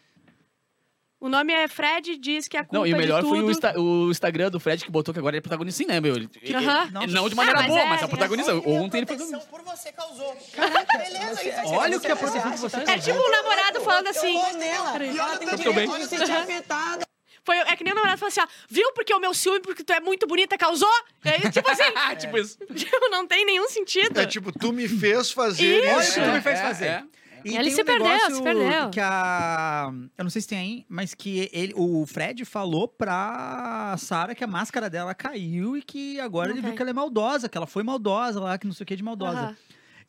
Speaker 8: O nome é Fred diz que a culpa
Speaker 3: Não, e o melhor
Speaker 8: de
Speaker 3: foi
Speaker 8: tudo...
Speaker 3: o, Insta- o Instagram do Fred que botou que agora ele é protagonista, sim, né, meu? Ele, ele-
Speaker 8: Aham.
Speaker 3: ele-
Speaker 5: Nossa.
Speaker 3: não de maneira
Speaker 8: Ah, mas
Speaker 3: boa,
Speaker 8: é,
Speaker 3: mas
Speaker 8: é.
Speaker 3: é protagonista. Ontem ele um foi.
Speaker 7: Proteção por você causou. beleza.
Speaker 5: Olha o que a proteção de vocês.
Speaker 8: É tipo um namorado falando assim.
Speaker 5: é
Speaker 7: E ela tem
Speaker 3: Ficou bem.
Speaker 7: direito de sentir afetada.
Speaker 8: Foi, é que nem o namorado falou assim, ó, viu porque o meu ciúme, porque tu é muito bonita, causou? E aí, tipo assim,
Speaker 3: Ah, tipo isso.
Speaker 8: tipo, não tem nenhum sentido.
Speaker 2: É tipo, tu me fez fazer
Speaker 5: É
Speaker 8: Isso.
Speaker 5: Olha o
Speaker 2: isso.
Speaker 5: que tu me fez
Speaker 3: É,
Speaker 5: fazer.
Speaker 3: é.
Speaker 5: E
Speaker 8: Ele
Speaker 5: tem
Speaker 8: se
Speaker 5: um
Speaker 8: perdeu,
Speaker 5: negócio
Speaker 8: se perdeu.
Speaker 5: Que a. Eu não sei se tem aí, mas que ele, o Fred falou pra Sarah que a máscara dela caiu e que agora
Speaker 8: Não
Speaker 5: ele
Speaker 8: cai.
Speaker 5: viu que ela é maldosa, que ela foi maldosa lá, que não sei o que de maldosa.
Speaker 8: Aham.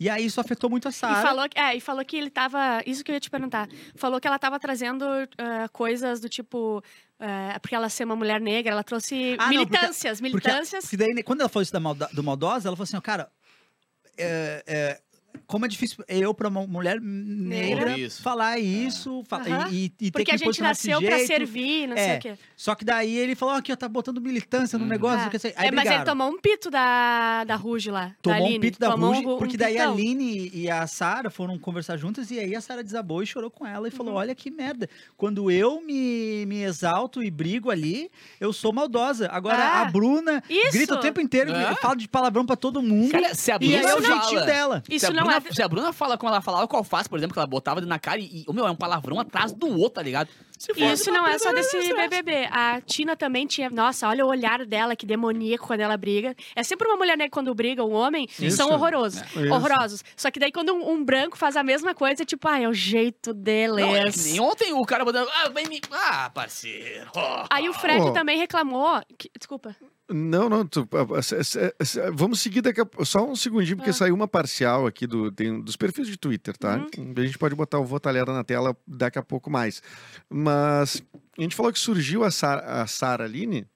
Speaker 5: E aí isso afetou muito a
Speaker 8: E
Speaker 5: Sarah.
Speaker 8: falou, que- é, e falou que ele tava. Isso que eu ia te perguntar. Falou que ela tava trazendo ah, coisas do tipo. ah, porque ela ser uma mulher negra, ela trouxe
Speaker 5: Ah, não, porque-
Speaker 8: militâncias,
Speaker 5: Porque,
Speaker 8: militâncias.
Speaker 5: porque daí, né, quando ela falou isso da malda- do maldosa, ela falou assim, ó, cara, é- é, como é difícil eu, pra uma mulher negra,
Speaker 3: Isso.
Speaker 5: falar isso fa- e-
Speaker 8: É. Aham.
Speaker 5: e, e ter
Speaker 8: Porque
Speaker 5: que
Speaker 8: a gente
Speaker 5: posicionar desse
Speaker 8: nasceu pra
Speaker 5: jeito.
Speaker 8: servir, não
Speaker 5: É,
Speaker 8: sei o quê.
Speaker 5: Só que daí ele falou, ó, aqui, ó, tá botando militância no negócio.
Speaker 8: Ah.
Speaker 5: não quer dizer- Aí
Speaker 8: É, mas ele
Speaker 5: brigaram.
Speaker 8: tomou um pito da, da Ruge lá. da
Speaker 5: Tomou um
Speaker 8: Aline.
Speaker 5: pito da
Speaker 8: Tomou
Speaker 5: Ruge,
Speaker 8: um- um
Speaker 5: porque daí a
Speaker 8: pitão.
Speaker 5: Aline e a Sara foram conversar juntas e aí a Sara desabou e chorou com ela e falou:
Speaker 8: Uhum.
Speaker 5: Olha que merda, quando eu me, me exalto e brigo ali, eu sou maldosa. Agora
Speaker 8: Ah,
Speaker 5: a Bruna
Speaker 8: isso!
Speaker 5: grita o tempo inteiro,
Speaker 3: É.
Speaker 5: fala de palavrão pra todo mundo.
Speaker 3: Cara, se a
Speaker 5: e
Speaker 3: Bruna
Speaker 5: aí é o
Speaker 3: fala-
Speaker 5: jeitinho dela.
Speaker 3: se a
Speaker 8: Isso não
Speaker 3: Bruna-
Speaker 8: é.
Speaker 3: Se a Bruna fala como ela falava com o Alface, por exemplo, que ela botava na cara e, e o meu, é um palavrão atrás do outro, tá ligado? Se fosse
Speaker 8: Isso
Speaker 3: uma
Speaker 8: não é
Speaker 3: coisa
Speaker 8: só desse
Speaker 3: dessa,
Speaker 8: BBB. A Tina também tinha. Nossa, olha o olhar dela, que demoníaco quando ela briga. É sempre uma mulher negra quando briga, um homem, são
Speaker 2: É,
Speaker 8: horrorosos. Horrorosos. Só que daí quando um, um branco faz a mesma coisa, é tipo, ah, é o jeito dele.
Speaker 3: Não, é que
Speaker 2: um
Speaker 3: nem ontem o cara botando. Ah, vem me. Ah, parceiro. ó.
Speaker 8: Aí o Fred
Speaker 2: Ó.
Speaker 8: também reclamou. que- desculpa.
Speaker 2: Não, não. tu- ah, se- se- se- vamos seguir daqui a, só um segundinho, porque
Speaker 8: Ah. Uhum.
Speaker 2: saiu uma parcial aqui do, tem- um, dos perfis de Twitter, tá? A gente pode botar o Votalhada na tela daqui a pouco mais. Mas a gente falou que surgiu a Sara, a Sara Aline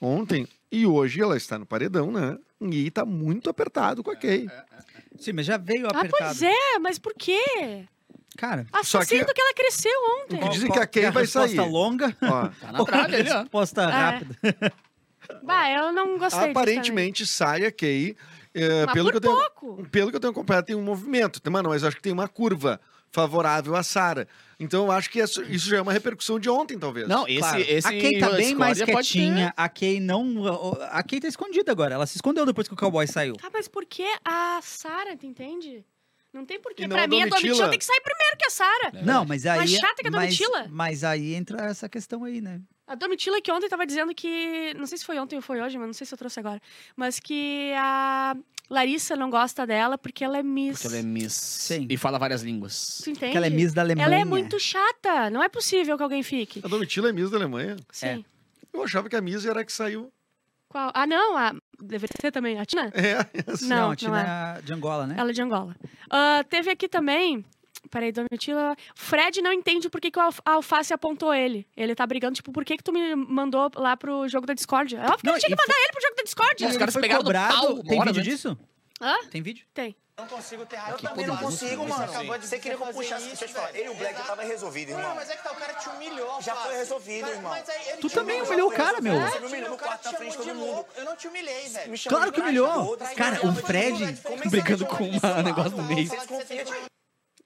Speaker 2: ontem e hoje ela está no paredão, né? E tá muito apertado com a Kay.
Speaker 5: Sim, mas já veio
Speaker 8: Ah,
Speaker 5: apertado.
Speaker 8: pois é, mas por quê?
Speaker 5: Cara,
Speaker 8: Ah,
Speaker 2: Só
Speaker 8: só
Speaker 2: que-
Speaker 8: sendo que... ela cresceu ontem.
Speaker 2: que dizem
Speaker 5: qual-
Speaker 2: que a Kay
Speaker 5: quer
Speaker 2: vai
Speaker 5: resposta
Speaker 2: sair.
Speaker 5: longa.
Speaker 2: Ó,
Speaker 3: Tá na trave ali, ó.
Speaker 5: resposta
Speaker 8: Ah.
Speaker 5: rápida.
Speaker 8: Bah, eu não gostei disso
Speaker 2: aparentemente sai a Kay. é,
Speaker 8: também. Mas
Speaker 2: pelo
Speaker 8: por
Speaker 2: que eu tenho
Speaker 8: pouco.
Speaker 2: pelo que eu tenho acompanhado, tem um movimento. Mano, mas eu acho que tem uma curva favorável à Sara. Então eu acho que isso isso já é uma repercussão de ontem, talvez.
Speaker 3: Não, esse.
Speaker 5: Claro.
Speaker 3: esse
Speaker 5: a Kay tá bem
Speaker 3: Discordia
Speaker 5: mais
Speaker 3: pode ter.
Speaker 5: quietinha. A Kay não. A Kay tá escondida agora. Ela se escondeu depois que o cowboy saiu.
Speaker 8: Tá, mas por que a Sara, tu entende? Não tem porquê.
Speaker 2: E não
Speaker 8: Pra
Speaker 2: a
Speaker 8: mim, a Domitila
Speaker 2: Domitila.
Speaker 8: tem que sair primeiro que a Sara.
Speaker 5: Não, mas aí.
Speaker 8: Mais chata que a Domitila?
Speaker 5: Mas, mas aí entra essa questão aí, né?
Speaker 8: A Domitila que ontem tava dizendo que... Não sei se foi ontem ou foi hoje, mas não sei se eu trouxe agora. Mas que a Larissa não gosta dela porque ela é miss.
Speaker 3: Porque ela é Miss.
Speaker 5: Sim.
Speaker 3: E fala várias línguas.
Speaker 8: Tu entende?
Speaker 5: Que ela é Miss da Alemanha.
Speaker 8: Ela é muito chata. Não é possível que alguém fique.
Speaker 2: A Domitila é Miss da Alemanha.
Speaker 8: Sim.
Speaker 2: Eu achava que a Miss era a que saiu.
Speaker 8: Qual? Ah, não. A... Deveria ser também. A Tina?
Speaker 2: É,
Speaker 8: Não,
Speaker 5: a Tina
Speaker 8: não é.
Speaker 5: é de Angola, né?
Speaker 8: Ela é de Angola. Ah, teve aqui também. Peraí, Domitila. Fred não entende por que, que o Alf- a Alface apontou ele. Ele tá brigando, tipo, por que, que tu me mandou lá pro jogo da Discord? É óbvio que
Speaker 5: Não,
Speaker 8: eu tinha
Speaker 5: e
Speaker 8: que mandar ele pro jogo da Discord.
Speaker 3: E os
Speaker 5: Ele
Speaker 3: caras
Speaker 5: foi
Speaker 3: pegaram no
Speaker 5: cobrado.
Speaker 3: pau uma
Speaker 5: Tem
Speaker 3: hora
Speaker 5: vídeo
Speaker 3: antes.
Speaker 5: disso?
Speaker 8: Hã?
Speaker 5: Tem vídeo?
Speaker 8: Tem.
Speaker 7: Não consigo ter raiva. Eu também não consigo,
Speaker 4: mano.
Speaker 7: Acabou de você queria que eu puxasse. Deixa eu te falar, ele e o Black tava resolvido, irmão.
Speaker 4: é que tá, o cara te humilhou.
Speaker 7: Já foi resolvido, irmão.
Speaker 5: Tu também humilhou o cara, meu.
Speaker 7: Você me humilhou no quarto na frente de todo mundo.
Speaker 4: Eu não te humilhei, velho.
Speaker 7: Me chamou
Speaker 5: Claro
Speaker 7: de
Speaker 5: que
Speaker 7: traidor,
Speaker 5: humilhou.
Speaker 7: traidor.
Speaker 5: Cara, o Fred brigando com um negócio no meio.
Speaker 7: Você desconfia de mim.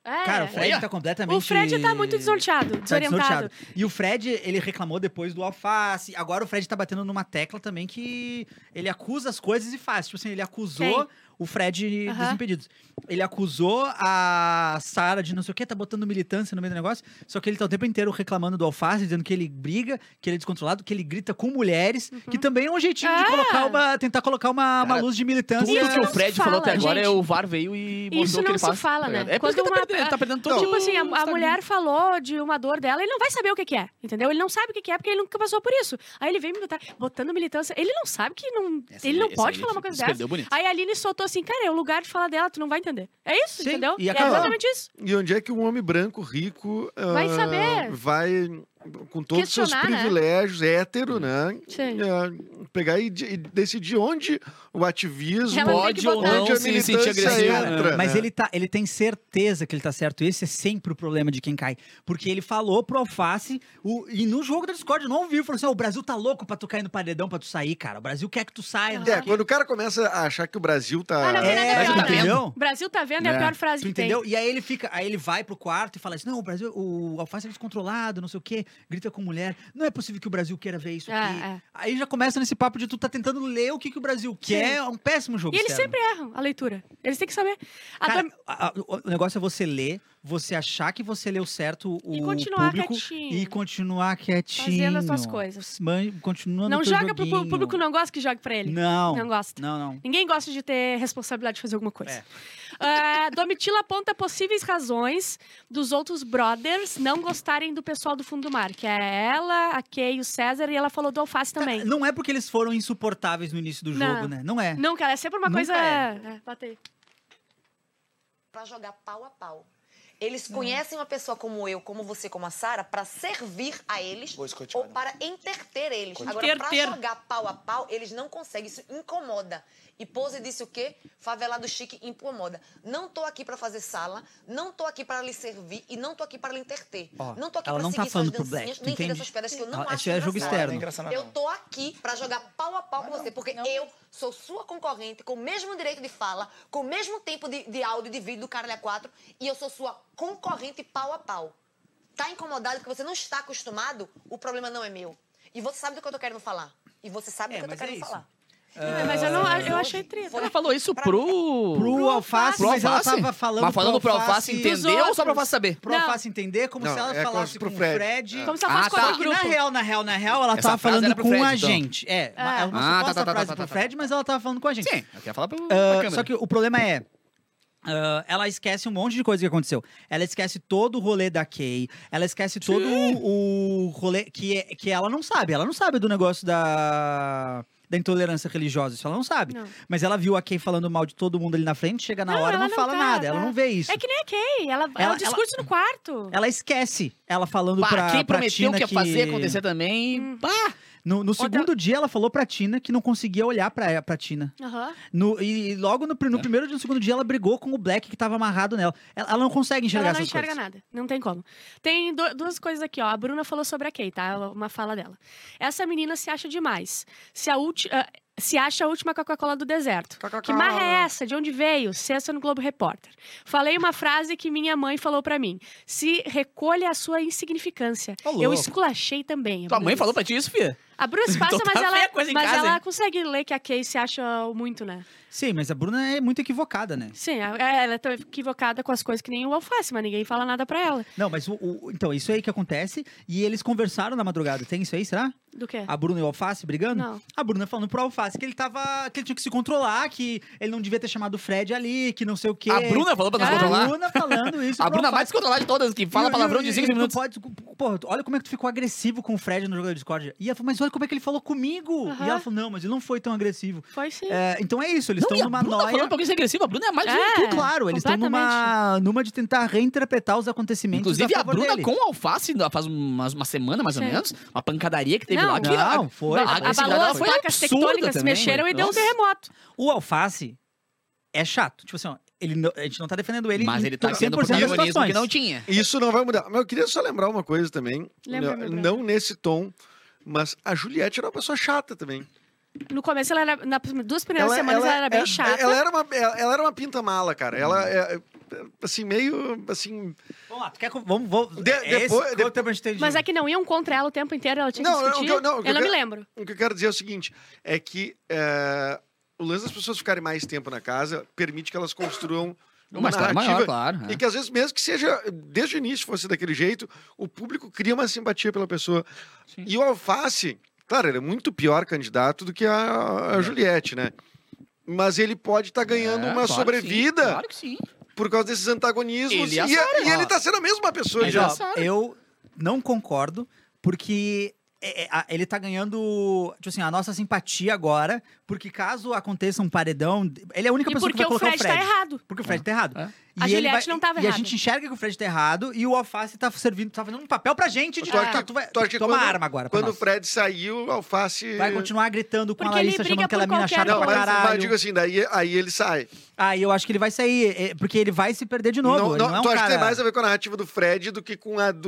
Speaker 8: É.
Speaker 5: Cara, o Fred
Speaker 3: Olha.
Speaker 5: tá completamente...
Speaker 8: O Fred tá muito desnorteado,
Speaker 5: Tá
Speaker 8: desorientado.
Speaker 5: desnorteado. E o Fred, ele reclamou depois do alface. Agora o Fred tá batendo numa tecla também que ele acusa as coisas e faz. Tipo assim, ele acusou o Fred
Speaker 8: Aham.
Speaker 5: dos impedidos. Ele acusou a Sara de não sei o quê, tá botando militância no meio do negócio. Só que ele tá o tempo inteiro reclamando do alface, dizendo que ele briga, que ele é descontrolado, que ele grita com mulheres, que também é um jeitinho de
Speaker 8: É.
Speaker 5: colocar uma. tentar colocar uma, uma
Speaker 3: Cara,
Speaker 5: luz de militância.
Speaker 3: Tudo que
Speaker 8: não
Speaker 3: o
Speaker 8: se
Speaker 3: Fred falou até
Speaker 8: fala,
Speaker 3: agora
Speaker 8: gente.
Speaker 3: é o VAR veio e mostrou
Speaker 8: Isso
Speaker 3: o que
Speaker 8: não
Speaker 3: ele
Speaker 8: se
Speaker 3: faz.
Speaker 8: fala, né?
Speaker 3: É por isso que ele
Speaker 8: Quando
Speaker 3: tá
Speaker 8: uma-
Speaker 3: perdendo, ele tá perdendo todo
Speaker 8: Tipo assim, a, a
Speaker 3: Instagram.
Speaker 8: mulher falou de uma dor dela, ele não vai saber o que, que é, entendeu? Ele não sabe o que, que é porque ele nunca passou por isso. Aí ele vem me botar, botando militância. Ele não sabe que não.
Speaker 3: Essa
Speaker 8: ele
Speaker 3: aí-
Speaker 8: não
Speaker 3: essa
Speaker 8: pode
Speaker 3: aí
Speaker 8: falar uma
Speaker 3: se
Speaker 8: coisa dessa.
Speaker 3: perdeu bonito.
Speaker 8: Aí a Aline soltou assim, cara, é o lugar de falar dela, tu não vai entender. É isso,
Speaker 5: Sim,
Speaker 8: entendeu?
Speaker 5: e
Speaker 8: é
Speaker 5: acabou.
Speaker 8: exatamente isso.
Speaker 2: E onde é que um homem branco rico ah,
Speaker 8: Vai saber.
Speaker 2: vai, com todos os seus
Speaker 8: Questionar, né?
Speaker 2: privilégios, hétero, né?
Speaker 8: Sim.
Speaker 2: ah, pegar e, de- e decidir onde o ativismo.
Speaker 8: Ela tem
Speaker 3: Pode
Speaker 8: que
Speaker 3: ou
Speaker 8: botar-
Speaker 3: não
Speaker 2: Onde a
Speaker 3: se sentir
Speaker 2: militância
Speaker 3: agressivo.
Speaker 2: entra.
Speaker 3: né?
Speaker 5: Mas
Speaker 2: É.
Speaker 5: ele, tá, ele tem certeza que ele tá certo. Esse é sempre o problema de quem cai. Porque ele falou pro Alface, o- e no jogo da Discord, eu não ouvi, falou assim: "Ó, o Brasil tá louco pra tu cair no paredão, pra tu sair, cara. O Brasil quer que tu saia. não sei
Speaker 2: É,
Speaker 5: o quê."
Speaker 2: quando o cara começa a achar que o Brasil tá.
Speaker 8: Ah, não, tem
Speaker 5: É,
Speaker 8: nada a
Speaker 5: mas
Speaker 8: ver,
Speaker 5: tu
Speaker 8: né?
Speaker 5: entendeu?
Speaker 8: Brasil tá vendo é,
Speaker 3: É.
Speaker 8: a pior frase
Speaker 5: Tu
Speaker 8: que
Speaker 5: entendeu? E aí ele fica, aí ele vai pro quarto e fala assim: não, o Brasil, o Alface é descontrolado, não sei o quê, grita com mulher. Não é possível que o Brasil queira ver isso
Speaker 8: tem.
Speaker 5: aqui.
Speaker 8: É, é.
Speaker 5: Aí já começa nesse papo de tu tá tentando ler o que, que o Brasil quer. É um péssimo jogo.
Speaker 8: E eles
Speaker 5: externo.
Speaker 8: sempre erram a leitura. Eles têm que saber. A
Speaker 5: Cara,
Speaker 8: Dom-
Speaker 5: a- a- o o negócio é você ler, você achar que você leu certo o
Speaker 8: E continuar
Speaker 5: público
Speaker 8: quietinho.
Speaker 5: e continuar quietinho.
Speaker 8: Fazendo as suas coisas.
Speaker 5: Man, continuando
Speaker 8: Não
Speaker 3: um
Speaker 5: teu
Speaker 8: joga pro
Speaker 5: joguinho.
Speaker 8: pu- público, não gosta que jogue pra ele.
Speaker 5: Não.
Speaker 8: Não gosta.
Speaker 5: Não, não.
Speaker 8: Ninguém gosta de ter responsabilidade de fazer alguma coisa.
Speaker 5: É.
Speaker 8: Ah, Domitila aponta possíveis razões dos outros brothers não gostarem do pessoal do fundo do mar, que era ela, a Kay e o César, e ela falou do Alface também.
Speaker 5: Cara, Não é porque eles foram insuportáveis no início do
Speaker 8: Não.
Speaker 5: jogo, né? Não é.
Speaker 8: Não, cara, é sempre uma
Speaker 5: Nunca
Speaker 8: coisa.
Speaker 5: é.
Speaker 8: É, batei.
Speaker 9: Pra jogar pau a pau. Eles conhecem uma pessoa como eu, como você, como a Sara, pra servir a eles
Speaker 7: Vou né? escotear,
Speaker 9: ou
Speaker 7: não.
Speaker 9: para interter eles. Agora, pra
Speaker 3: Interter.
Speaker 9: jogar pau a pau, eles não conseguem. Isso incomoda. E Pose disse o quê? Favelado chique incomoda. Não tô aqui pra fazer sala, não tô aqui pra lhe servir e não tô aqui pra lhe interter.
Speaker 5: Ó,
Speaker 9: não tô aqui
Speaker 5: ela
Speaker 9: pra
Speaker 5: não tá
Speaker 9: seguir
Speaker 5: falando
Speaker 9: suas
Speaker 5: pro
Speaker 9: dancinhas,
Speaker 5: Black, tu
Speaker 9: nem fazer
Speaker 5: entende?
Speaker 9: essas pedras que eu não
Speaker 5: Ela-
Speaker 9: acho
Speaker 5: isso é jogo
Speaker 9: engraçado.
Speaker 5: externo.
Speaker 7: engraçado,
Speaker 9: Eu
Speaker 7: não.
Speaker 9: tô aqui pra jogar pau a pau com você, porque eu sou sua concorrente, com o mesmo direito de fala, com o mesmo tempo de, de áudio e de vídeo do Caralho 4, e eu sou sua concorrente pau a pau. Tá incomodado que você não está acostumado? O problema não é meu. E você sabe do que eu tô querendo falar. E você sabe
Speaker 5: É,
Speaker 9: do que eu tô
Speaker 5: mas é
Speaker 9: querendo
Speaker 5: isso.
Speaker 9: falar.
Speaker 8: É, mas eu, não,
Speaker 5: Ah.
Speaker 8: eu achei treta.
Speaker 3: Ela falou isso pro.
Speaker 5: Pro alface,
Speaker 3: Pro
Speaker 5: mas ela
Speaker 3: alface?
Speaker 5: tava falando
Speaker 3: Mas falando pro
Speaker 5: pro
Speaker 3: alface
Speaker 5: alface
Speaker 3: entender ou só pro alface saber?
Speaker 5: Pro
Speaker 8: Não.
Speaker 5: alface entender, como
Speaker 2: Não,
Speaker 5: se ela
Speaker 2: é
Speaker 5: falasse
Speaker 2: pro
Speaker 5: com o
Speaker 2: Fred.
Speaker 5: Fred.
Speaker 8: Como se ela
Speaker 3: Ah,
Speaker 8: fosse contra
Speaker 3: tá.
Speaker 8: o
Speaker 5: Que, na
Speaker 8: grupo.
Speaker 5: real, na real, na real, ela
Speaker 3: Essa
Speaker 5: tava
Speaker 3: frase
Speaker 5: falando
Speaker 3: era pro
Speaker 5: com
Speaker 3: Fred,
Speaker 5: a
Speaker 3: então.
Speaker 5: gente. É,
Speaker 8: Ah,
Speaker 5: é uma
Speaker 3: tá,
Speaker 5: suposta
Speaker 3: tá, tá,
Speaker 5: frase
Speaker 3: tá,
Speaker 5: pro
Speaker 3: tá,
Speaker 5: Fred, mas ela tava falando com a gente.
Speaker 3: Sim, eu queria falar pro. pra
Speaker 5: Ah,
Speaker 3: câmera.
Speaker 5: só que o problema é. ah, ela esquece um monte de coisa que aconteceu. Ela esquece todo o rolê da Kay. Ela esquece todo o, o rolê que, é- que ela não sabe. Ela não sabe do negócio da, da intolerância religiosa. Isso ela não sabe.
Speaker 8: Não.
Speaker 5: Mas ela viu a Kay falando mal de todo mundo ali na frente. Chega na
Speaker 8: Não,
Speaker 5: hora e
Speaker 8: ela
Speaker 5: não,
Speaker 8: não
Speaker 5: fala
Speaker 8: tá,
Speaker 5: nada. Ela
Speaker 8: tá.
Speaker 5: não vê isso.
Speaker 8: É que nem a Kay. Ela, ela,
Speaker 5: Ela-
Speaker 8: discurso no quarto.
Speaker 5: Ela esquece ela falando
Speaker 3: Bah,
Speaker 5: pra,
Speaker 3: quem
Speaker 5: pra
Speaker 3: prometeu
Speaker 5: Tina Uhum.
Speaker 3: que ia fazer acontecer também. Bah!
Speaker 5: No, no
Speaker 8: Outra-
Speaker 5: segundo dia, ela falou pra Tina que não conseguia olhar pra, pra Tina.
Speaker 8: Aham.
Speaker 5: No- e, e logo no, pri-
Speaker 3: É.
Speaker 5: no primeiro dia, no segundo dia, ela brigou com o Black que tava amarrado nela. Ela, ela não consegue enxergar
Speaker 8: Ela não
Speaker 5: essas
Speaker 8: enxerga
Speaker 5: coisas.
Speaker 8: nada. Não tem como. Tem do- duas coisas aqui, ó. A Bruna falou sobre a Kay, tá? Ela- Uma fala dela. Essa menina se acha demais. Se, a ulti- ah, se acha a última Coca-Cola do deserto. Que marra é essa? De onde veio? Sexta no Globo Repórter. Falei uma frase que minha mãe falou pra mim. Se recolha a sua insignificância.
Speaker 5: Ô, louco.
Speaker 8: Eu esculachei também. a
Speaker 3: Tua
Speaker 8: Bruna
Speaker 3: mãe
Speaker 8: disse.
Speaker 3: falou pra ti isso, filha?
Speaker 8: A Bruna se passa,
Speaker 3: Então tá
Speaker 8: mas
Speaker 3: feia
Speaker 8: ela,
Speaker 3: a coisa em
Speaker 8: mas
Speaker 3: casa,
Speaker 8: ela
Speaker 3: hein?
Speaker 8: consegue ler que a Kay se acha muito, né?
Speaker 5: Sim, mas a Bruna é muito equivocada, né?
Speaker 8: Sim, a- ela é tão equivocada com as coisas que nem o alface, mas ninguém fala nada pra ela.
Speaker 5: Não, mas o, o- então, isso aí que acontece. E eles conversaram na madrugada. Tem isso aí, será?
Speaker 8: Do quê?
Speaker 5: A Bruna e o Alface brigando?
Speaker 8: É. Não.
Speaker 5: A Bruna falando pro Alface que ele tava. que ele tinha que se controlar, que ele não devia ter chamado o Fred ali, que não sei o quê.
Speaker 3: A Bruna falou pra
Speaker 8: Ah,
Speaker 3: nós
Speaker 5: A
Speaker 3: controlar?
Speaker 5: Bruna falando isso.
Speaker 3: A
Speaker 5: pro
Speaker 3: Bruna
Speaker 5: Alface.
Speaker 3: mais descontrolada de todas, que
Speaker 5: E-
Speaker 3: fala
Speaker 5: e-
Speaker 3: palavrão de
Speaker 5: e-
Speaker 3: 5
Speaker 5: e tu
Speaker 3: minutos.
Speaker 5: Pode, porra, olha como é que tu ficou agressivo com o Fred no jogo da Discord. E ela falou, mas olha como é que ele falou comigo.
Speaker 8: Aham.
Speaker 5: E ela falou, não, mas ele não foi tão agressivo.
Speaker 8: Foi sim.
Speaker 5: É, então é isso, eles
Speaker 3: Não,
Speaker 5: estão
Speaker 3: e a
Speaker 5: numa
Speaker 3: Bruna
Speaker 5: noia.
Speaker 3: falando pra alguém ser agressiva. A Bruna é a mais
Speaker 8: É.
Speaker 3: juventude.
Speaker 5: Claro, eles estão numa, numa de tentar reinterpretar os acontecimentos.
Speaker 3: Inclusive,
Speaker 5: a,
Speaker 3: a
Speaker 5: favor
Speaker 3: Bruna
Speaker 5: dele.
Speaker 3: com o alface na- faz um, umas- uma, semana, mais ou
Speaker 8: Sim.
Speaker 3: menos, uma pancadaria que teve
Speaker 8: Não,
Speaker 3: lá. Que
Speaker 5: Não, foi.
Speaker 3: a-
Speaker 5: foi.
Speaker 3: esse
Speaker 8: Abalou
Speaker 3: cara
Speaker 8: as
Speaker 3: foi
Speaker 8: placas
Speaker 3: absurdo
Speaker 8: tectônicas,
Speaker 3: também,
Speaker 8: mexeram
Speaker 3: né?
Speaker 8: e deu um
Speaker 3: Nossa.
Speaker 8: terremoto.
Speaker 5: O Alface é chato. Tipo assim, ó, ele não- a gente não tá defendendo ele
Speaker 3: Mas
Speaker 5: em
Speaker 3: ele tá
Speaker 5: to-
Speaker 3: tendo
Speaker 5: 100% das
Speaker 3: protagonismo que
Speaker 5: situações.
Speaker 3: não tinha.
Speaker 2: Isso não vai mudar. Mas eu queria só lembrar uma coisa também.
Speaker 8: Lembra,
Speaker 2: não,
Speaker 8: meu
Speaker 2: não nesse tom, mas a Juliette era uma pessoa chata também.
Speaker 8: No começo, ela era, nas duas primeiras semanas, ela, era bem
Speaker 2: é-
Speaker 8: chata.
Speaker 2: Ela era uma, ela ela era uma pinta mala, cara.
Speaker 3: Uhum.
Speaker 2: Ela é, é, assim, meio assim.
Speaker 5: Vamos lá, tu quer... que eu- Vamos, vamos...
Speaker 2: De-
Speaker 5: é esse
Speaker 2: depois-
Speaker 5: que eu também entendi.
Speaker 8: Mas é que não iam contra ela o tempo inteiro, ela tinha
Speaker 2: Não,
Speaker 8: que
Speaker 2: não, o
Speaker 8: discutir.
Speaker 2: que eu- não, o que
Speaker 8: eu não
Speaker 2: eu-
Speaker 8: me lembro.
Speaker 2: O que eu quero dizer é o seguinte: é que é, o lance das pessoas ficarem mais tempo na casa permite que elas construam uma,
Speaker 3: Uma história
Speaker 2: narrativa.
Speaker 3: maior, claro. é.
Speaker 2: E que às vezes, mesmo que seja desde o início fosse daquele jeito, o público cria uma simpatia pela pessoa.
Speaker 3: Sim.
Speaker 2: E o Alface, claro, ele é muito pior candidato do que
Speaker 5: É.
Speaker 2: a, a Juliette, né? Mas ele pode estar
Speaker 3: É,
Speaker 2: ganhando uma
Speaker 3: claro que sim,
Speaker 2: sobrevida
Speaker 3: Claro que sim.
Speaker 2: por causa desses antagonismos.
Speaker 3: Ele
Speaker 2: e,
Speaker 3: é a
Speaker 2: e
Speaker 3: Sara.
Speaker 2: ele tá sendo a mesma pessoa
Speaker 5: Mas,
Speaker 2: já.
Speaker 5: ó, eu não concordo, porque é- é- a- ele tá ganhando, tipo assim, a nossa simpatia agora, porque caso aconteça um paredão, ele é a única
Speaker 8: E
Speaker 5: pessoa que
Speaker 8: porque
Speaker 5: vai
Speaker 8: o
Speaker 5: colocar
Speaker 8: Fred,
Speaker 5: o Fred.
Speaker 8: tá errado.
Speaker 5: Porque o Fred tá errado.
Speaker 3: É.
Speaker 8: A
Speaker 5: ele
Speaker 8: Juliette não
Speaker 5: E
Speaker 8: tava
Speaker 5: a
Speaker 8: errada.
Speaker 5: gente enxerga que o Fred tá errado e o Alface tá servindo, tá fazendo um papel pra gente de
Speaker 2: Tu acha
Speaker 5: tá,
Speaker 2: que-
Speaker 5: tu vai,
Speaker 2: tu acha que
Speaker 5: toma
Speaker 2: quando-
Speaker 5: arma agora pra
Speaker 2: Quando o
Speaker 5: nós.
Speaker 2: Fred saiu, o Alface.
Speaker 5: Vai continuar gritando com
Speaker 8: Porque
Speaker 5: a
Speaker 8: ele
Speaker 5: Larissa,
Speaker 8: briga
Speaker 5: chamando que ela é
Speaker 8: por
Speaker 5: mina
Speaker 8: qualquer
Speaker 5: chata
Speaker 2: Não,
Speaker 5: pra
Speaker 8: coisa.
Speaker 2: mas, mas
Speaker 5: caralho.
Speaker 2: digo assim, daí aí ele sai.
Speaker 5: Aí eu acho que ele vai sair, é, porque ele vai se perder de novo.
Speaker 2: não,
Speaker 5: ele
Speaker 2: não,
Speaker 5: é um
Speaker 2: tu acha que
Speaker 5: cara...
Speaker 2: tem mais a ver com a narrativa do Fred do que com a do.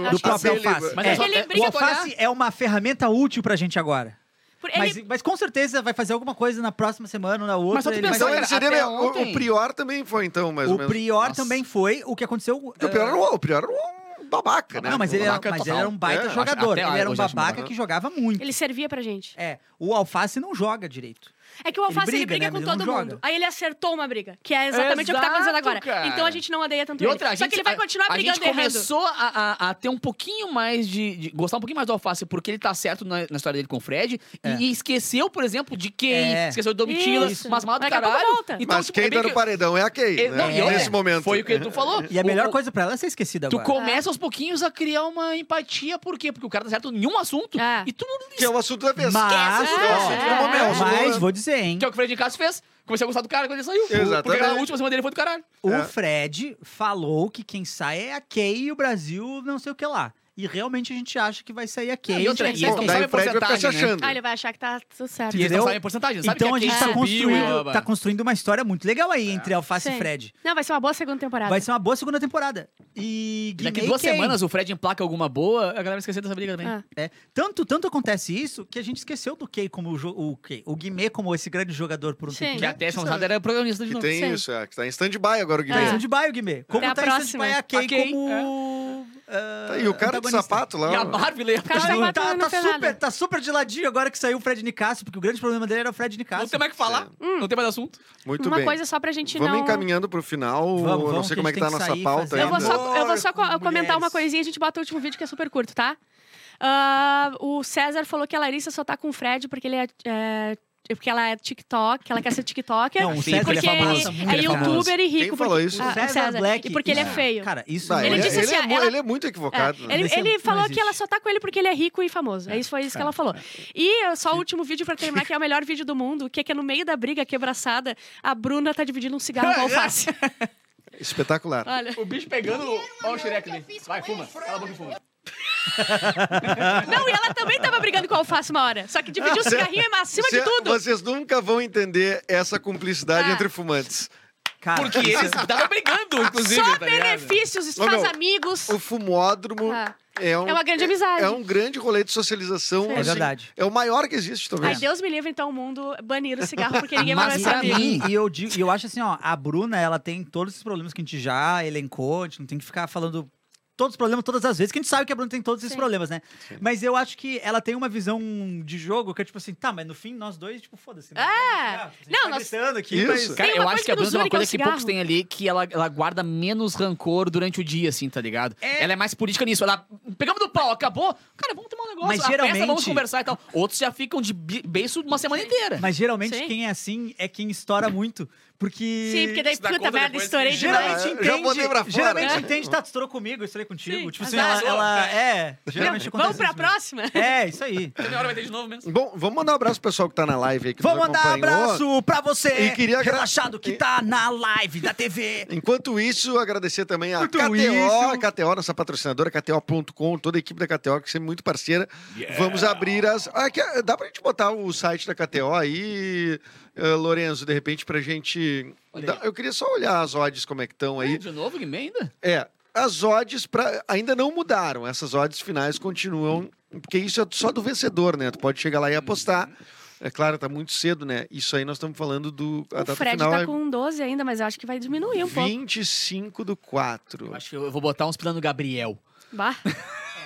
Speaker 5: do
Speaker 8: Acho que
Speaker 5: próprio
Speaker 2: dele?
Speaker 5: alface.
Speaker 3: Mas
Speaker 5: É.
Speaker 3: é só-
Speaker 8: Ele
Speaker 3: é-
Speaker 8: briga
Speaker 5: o alface é uma ferramenta útil pra gente agora.
Speaker 8: Por- ele-
Speaker 5: Mas, mas com certeza vai fazer alguma coisa na próxima semana ou na outra.
Speaker 3: Mas só tu
Speaker 5: ele vai-
Speaker 3: pensar,
Speaker 2: Então
Speaker 3: Mas,
Speaker 2: ele
Speaker 3: cara,
Speaker 2: seria
Speaker 3: até
Speaker 2: meio- o-
Speaker 3: ontem-
Speaker 2: O Prior também foi, então, mais ou
Speaker 5: O
Speaker 2: menos.
Speaker 5: Prior
Speaker 3: Nossa.
Speaker 5: também foi o que aconteceu.
Speaker 2: Porque O
Speaker 5: eh,
Speaker 2: Prior era um. O Prior era um. babaca, né?
Speaker 5: Não, Ah, mas ele era,
Speaker 2: Babaca
Speaker 5: mas ele
Speaker 2: total.
Speaker 5: era um baita
Speaker 2: É,
Speaker 5: jogador.
Speaker 3: até
Speaker 5: ele era
Speaker 3: hoje
Speaker 5: um
Speaker 3: assim, né? acho
Speaker 5: babaca
Speaker 3: babaca.
Speaker 5: que jogava muito.
Speaker 8: Ele servia pra gente.
Speaker 5: É, o Alface não joga direito.
Speaker 8: É que o Alface ele
Speaker 5: briga,
Speaker 8: briga,
Speaker 5: né? Mas
Speaker 8: com
Speaker 5: ele
Speaker 8: todo
Speaker 5: não
Speaker 8: mundo.
Speaker 5: joga.
Speaker 8: Aí ele acertou uma briga, que é exatamente o que tá acontecendo
Speaker 3: Exato,
Speaker 8: agora.
Speaker 3: cara.
Speaker 8: Então a gente não odeia tanto
Speaker 3: E outra, a
Speaker 8: ele.
Speaker 3: gente,
Speaker 8: Só que ele vai
Speaker 3: a-
Speaker 8: continuar
Speaker 3: A
Speaker 8: brigando
Speaker 3: gente começou a, a- a ter um pouquinho mais de, de- Gostar um pouquinho mais do Alface, porque ele tá certo na, na história dele com o Fred. e-
Speaker 2: É.
Speaker 3: E, esqueceu, por exemplo, de Kay,
Speaker 5: É.
Speaker 3: esqueceu do Domitila,
Speaker 8: Isso.
Speaker 3: mas mal do
Speaker 8: Daqui a pouco
Speaker 3: caralho.
Speaker 8: volta.
Speaker 2: Mas
Speaker 3: tipo,
Speaker 2: quem
Speaker 3: é bem
Speaker 2: tá no
Speaker 3: que-
Speaker 2: paredão é a Kay,
Speaker 3: é,
Speaker 2: né?
Speaker 3: não, e outra,
Speaker 2: Nesse momento.
Speaker 3: Foi o que tu falou.
Speaker 5: E a melhor
Speaker 3: O-
Speaker 5: coisa pra ela é ser esquecida
Speaker 3: Tu
Speaker 5: agora.
Speaker 3: começa aos pouquinhos a criar uma empatia, por quê? Porque o cara tá certo em um assunto
Speaker 8: É.
Speaker 3: e tu não.
Speaker 2: Que é o assunto da vez.
Speaker 5: Mas,
Speaker 2: Esquece,
Speaker 5: ó,
Speaker 2: esquece, no momento.
Speaker 5: mas vou dizer, hein?
Speaker 3: Que é o que o Fred de Castro fez. Comecei a gostar do cara quando ele saiu. Porque a
Speaker 2: Exatamente.
Speaker 3: última semana dele foi do caralho.
Speaker 5: O
Speaker 2: É.
Speaker 5: Fred falou que quem sai é a Kay e o Brasil não sei o que lá. E realmente a gente acha que vai sair a Kay.
Speaker 3: e outra,
Speaker 5: a gente
Speaker 3: e
Speaker 5: vai
Speaker 3: eles não
Speaker 5: sair a Kay.
Speaker 2: Daí
Speaker 3: sabem
Speaker 2: o Fred vai ficar se
Speaker 3: porcentagem, né?
Speaker 2: achando.
Speaker 8: Ah, ele vai achar que tá tudo certo.
Speaker 3: E eles não
Speaker 5: Entendeu?
Speaker 3: sabem a porcentagem, sabe?
Speaker 5: Então
Speaker 3: que
Speaker 5: a gente
Speaker 3: Kay
Speaker 5: tá
Speaker 3: subiu, É.
Speaker 5: construindo,
Speaker 3: blá,
Speaker 5: tá
Speaker 3: blá.
Speaker 5: construindo uma história muito legal aí entre Alface
Speaker 8: Sim. Tá.
Speaker 5: e Fred.
Speaker 8: Não, vai ser uma boa segunda temporada.
Speaker 5: Vai ser uma boa segunda temporada. E
Speaker 3: E Daqui
Speaker 5: Guimê
Speaker 3: duas
Speaker 5: Kay.
Speaker 3: semanas o Fred emplaca alguma boa, a galera vai esquecer dessa briga também.
Speaker 8: Ah.
Speaker 5: É, tanto, tanto acontece isso que a gente esqueceu do Kay como o, jo- o, Kay- o Guimê como esse grande jogador por um
Speaker 8: Sim.
Speaker 5: tempo.
Speaker 3: Que
Speaker 5: né?
Speaker 3: até essa moçada era protagonista de
Speaker 2: Que
Speaker 3: novo.
Speaker 2: tem
Speaker 8: Sim.
Speaker 2: isso, é. Que tá em stand-by agora o
Speaker 5: Tá em
Speaker 2: Guilherme.
Speaker 5: stand-by o Guimê. Como
Speaker 8: Até a
Speaker 5: tá em
Speaker 8: próxima. É.
Speaker 5: stand-by a Kay,
Speaker 3: A Kay,
Speaker 5: como... ah,
Speaker 2: E Tá o cara de
Speaker 5: antagonista.
Speaker 2: sapato lá. um
Speaker 3: E a
Speaker 2: ó.
Speaker 3: Barbie né? lê.
Speaker 8: Cara,
Speaker 5: Tá,
Speaker 8: Tá
Speaker 5: tá,
Speaker 8: matando, não fez
Speaker 5: super,
Speaker 8: nada.
Speaker 5: tá super de ladinho agora que saiu o Fred Nicasso, porque o grande problema dele era o Fred
Speaker 3: Não
Speaker 5: Nicasso.
Speaker 3: tem mais o que falar, não tem mais assunto.
Speaker 2: Muito
Speaker 8: uma
Speaker 2: bem.
Speaker 8: coisa só pra gente
Speaker 2: Vamos
Speaker 8: não...
Speaker 2: encaminhando pro final.
Speaker 5: Vamos,
Speaker 2: não
Speaker 5: vamos,
Speaker 2: sei
Speaker 5: que
Speaker 2: como
Speaker 5: a
Speaker 2: é que
Speaker 5: gente
Speaker 2: tá a
Speaker 5: tem
Speaker 2: nossa
Speaker 5: que sair
Speaker 2: pauta
Speaker 5: fazendo.
Speaker 8: Eu vou,
Speaker 2: ainda.
Speaker 8: só, eu vou só co-
Speaker 5: Amor com
Speaker 8: comentar uma
Speaker 5: mulheres.
Speaker 8: coisinha e a gente bota o último vídeo que é super curto, tá? Ah, o César falou que a Larissa só tá com o Fred porque ele é. é, porque ela é TikTok, ela quer ser TikToker.
Speaker 5: Não, o
Speaker 3: Sim,
Speaker 5: César
Speaker 8: porque
Speaker 5: ele é famoso.
Speaker 8: ele
Speaker 5: muito
Speaker 8: é,
Speaker 5: famoso.
Speaker 8: youtuber e rico. porque-
Speaker 2: falou isso?
Speaker 8: Ah, o César, Black. E porque ele é
Speaker 5: isso-
Speaker 8: feio.
Speaker 5: Cara, isso
Speaker 2: Tá,
Speaker 5: não
Speaker 8: Ele
Speaker 2: ele,
Speaker 5: é-
Speaker 8: disse
Speaker 2: ele
Speaker 8: assim,
Speaker 2: é
Speaker 8: ah,
Speaker 2: mu-
Speaker 8: ela-
Speaker 2: ele é muito
Speaker 8: É,
Speaker 2: equivocado. né?
Speaker 5: Ele
Speaker 8: ele
Speaker 5: é-
Speaker 8: ele
Speaker 5: não
Speaker 8: falou
Speaker 5: existe.
Speaker 8: que ela só tá com ele porque ele é rico e famoso. É, isso foi isso que ela falou. E eh, só o último vídeo pra terminar, que é o melhor vídeo do mundo, que é que no meio da briga quebraçada, a Bruna tá dividindo um cigarro com a alface.
Speaker 2: Espetacular.
Speaker 8: Olha.
Speaker 3: O bicho pegando. Olha o Shrek ali. Vai, fuma. Cala a boca e fuma.
Speaker 8: Não, e ela também tava brigando com a alface uma hora. Só que dividiu o cigarrinho acima de
Speaker 2: Cê-
Speaker 8: tudo.
Speaker 2: Vocês nunca vão entender essa cumplicidade
Speaker 8: Ah.
Speaker 2: entre fumantes.
Speaker 5: Cara,
Speaker 3: Porque eles estavam brigando, inclusive.
Speaker 8: Só
Speaker 3: tá ligado?
Speaker 8: benefícios,
Speaker 2: Ô,
Speaker 8: faz
Speaker 2: meu,
Speaker 8: amigos.
Speaker 2: O fumódromo
Speaker 8: Ah.
Speaker 2: é, um,
Speaker 8: É uma grande amizade.
Speaker 2: É um grande rolê de socialização.
Speaker 5: É verdade.
Speaker 2: É o maior que existe,
Speaker 8: Ai,
Speaker 2: talvez.
Speaker 8: Deus me livre, então, o mundo banir o cigarro, porque ninguém mais vai
Speaker 5: Mas
Speaker 8: ser
Speaker 5: pra
Speaker 8: amigo.
Speaker 5: mim, e eu, digo, e eu acho assim, ó, a Bruna, ela tem todos esses problemas que a gente já elencou, a gente não tem que ficar falando todos os problemas todas as vezes, que a gente sabe que a Bruna tem todos esses
Speaker 8: Sim.
Speaker 5: problemas, né? Mas eu acho que ela tem uma visão de jogo que é tipo assim, tá, mas no fim nós dois, tipo, foda-se. né?
Speaker 8: É.
Speaker 5: Tipo, a gente
Speaker 8: Não,
Speaker 5: tá
Speaker 8: nós-
Speaker 5: gritando aqui,
Speaker 2: Isso.
Speaker 5: mas...
Speaker 3: Cara,
Speaker 8: Tem
Speaker 3: eu acho
Speaker 8: uma coisa
Speaker 3: que a
Speaker 8: que nos
Speaker 3: Bruna é uma
Speaker 8: une, que é
Speaker 3: coisa
Speaker 8: o
Speaker 3: que, poucos
Speaker 8: cigarro.
Speaker 3: têm ali, que ela, ela guarda menos rancor durante o dia, assim, tá ligado?
Speaker 5: É.
Speaker 3: Ela é mais política nisso. Ela, pegamos do pau, acabou. Cara, vamos tomar um negócio.
Speaker 5: Mas
Speaker 3: a festa, vamos
Speaker 5: geralmente-
Speaker 3: conversar e tal. Outros já ficam de bi- beiço uma semana inteira.
Speaker 5: Mas geralmente
Speaker 8: Sim.
Speaker 5: quem é assim é quem estoura muito, porque...
Speaker 8: Sim, porque daí,
Speaker 3: Se dá
Speaker 8: puta
Speaker 3: conta
Speaker 8: merda,
Speaker 3: depois,
Speaker 8: estourei
Speaker 3: sim.
Speaker 8: demais.
Speaker 5: Geralmente
Speaker 2: Já-
Speaker 5: entende.
Speaker 2: já botei pra fora.
Speaker 5: Geralmente
Speaker 2: É.
Speaker 5: entende, tá, tu estourou comigo, eu estourei contigo.
Speaker 8: Sim,
Speaker 5: tipo assim, ela,
Speaker 8: azar.
Speaker 5: ela- É, geralmente
Speaker 8: Vamos
Speaker 5: acontece
Speaker 8: pra
Speaker 5: isso mesmo.
Speaker 8: próxima?
Speaker 5: É, isso aí.
Speaker 3: Tem hora vai ter de novo mesmo.
Speaker 2: Bom, vamos mandar um abraço pro pessoal que tá na live aí. Que nos
Speaker 5: Vamos mandar um
Speaker 2: acompanhou.
Speaker 5: abraço pra você,
Speaker 2: E queria agra-
Speaker 5: relaxado, que tá na live da TV.
Speaker 2: Enquanto isso, agradecer também a KTO,
Speaker 5: Enquanto isso-
Speaker 2: a KTO, nossa patrocinadora, KTO.com, toda a equipe da KTO, que sempre é muito parceira. Vamos abrir as. Ah, que- dá pra gente botar o site da KTO aí, eh, Lorenzo, de repente, pra gente.
Speaker 3: Olha aí.
Speaker 2: Eu queria só olhar as odds como é que estão aí.
Speaker 3: De novo, Guimê, ainda?
Speaker 2: É, as odds pra... ainda não mudaram. Essas odds finais continuam, porque isso é só do vencedor, né? Tu pode chegar lá e
Speaker 3: Uhum.
Speaker 2: apostar. É claro, tá muito cedo, né? Isso aí nós estamos falando do. A
Speaker 8: O
Speaker 2: data
Speaker 8: Fred
Speaker 2: final
Speaker 8: tá
Speaker 2: é
Speaker 8: com 12 ainda, mas eu acho que vai diminuir um pouco.
Speaker 2: 25 do 4.
Speaker 3: Eu acho que eu vou botar uns plano Gabriel.
Speaker 8: Bah.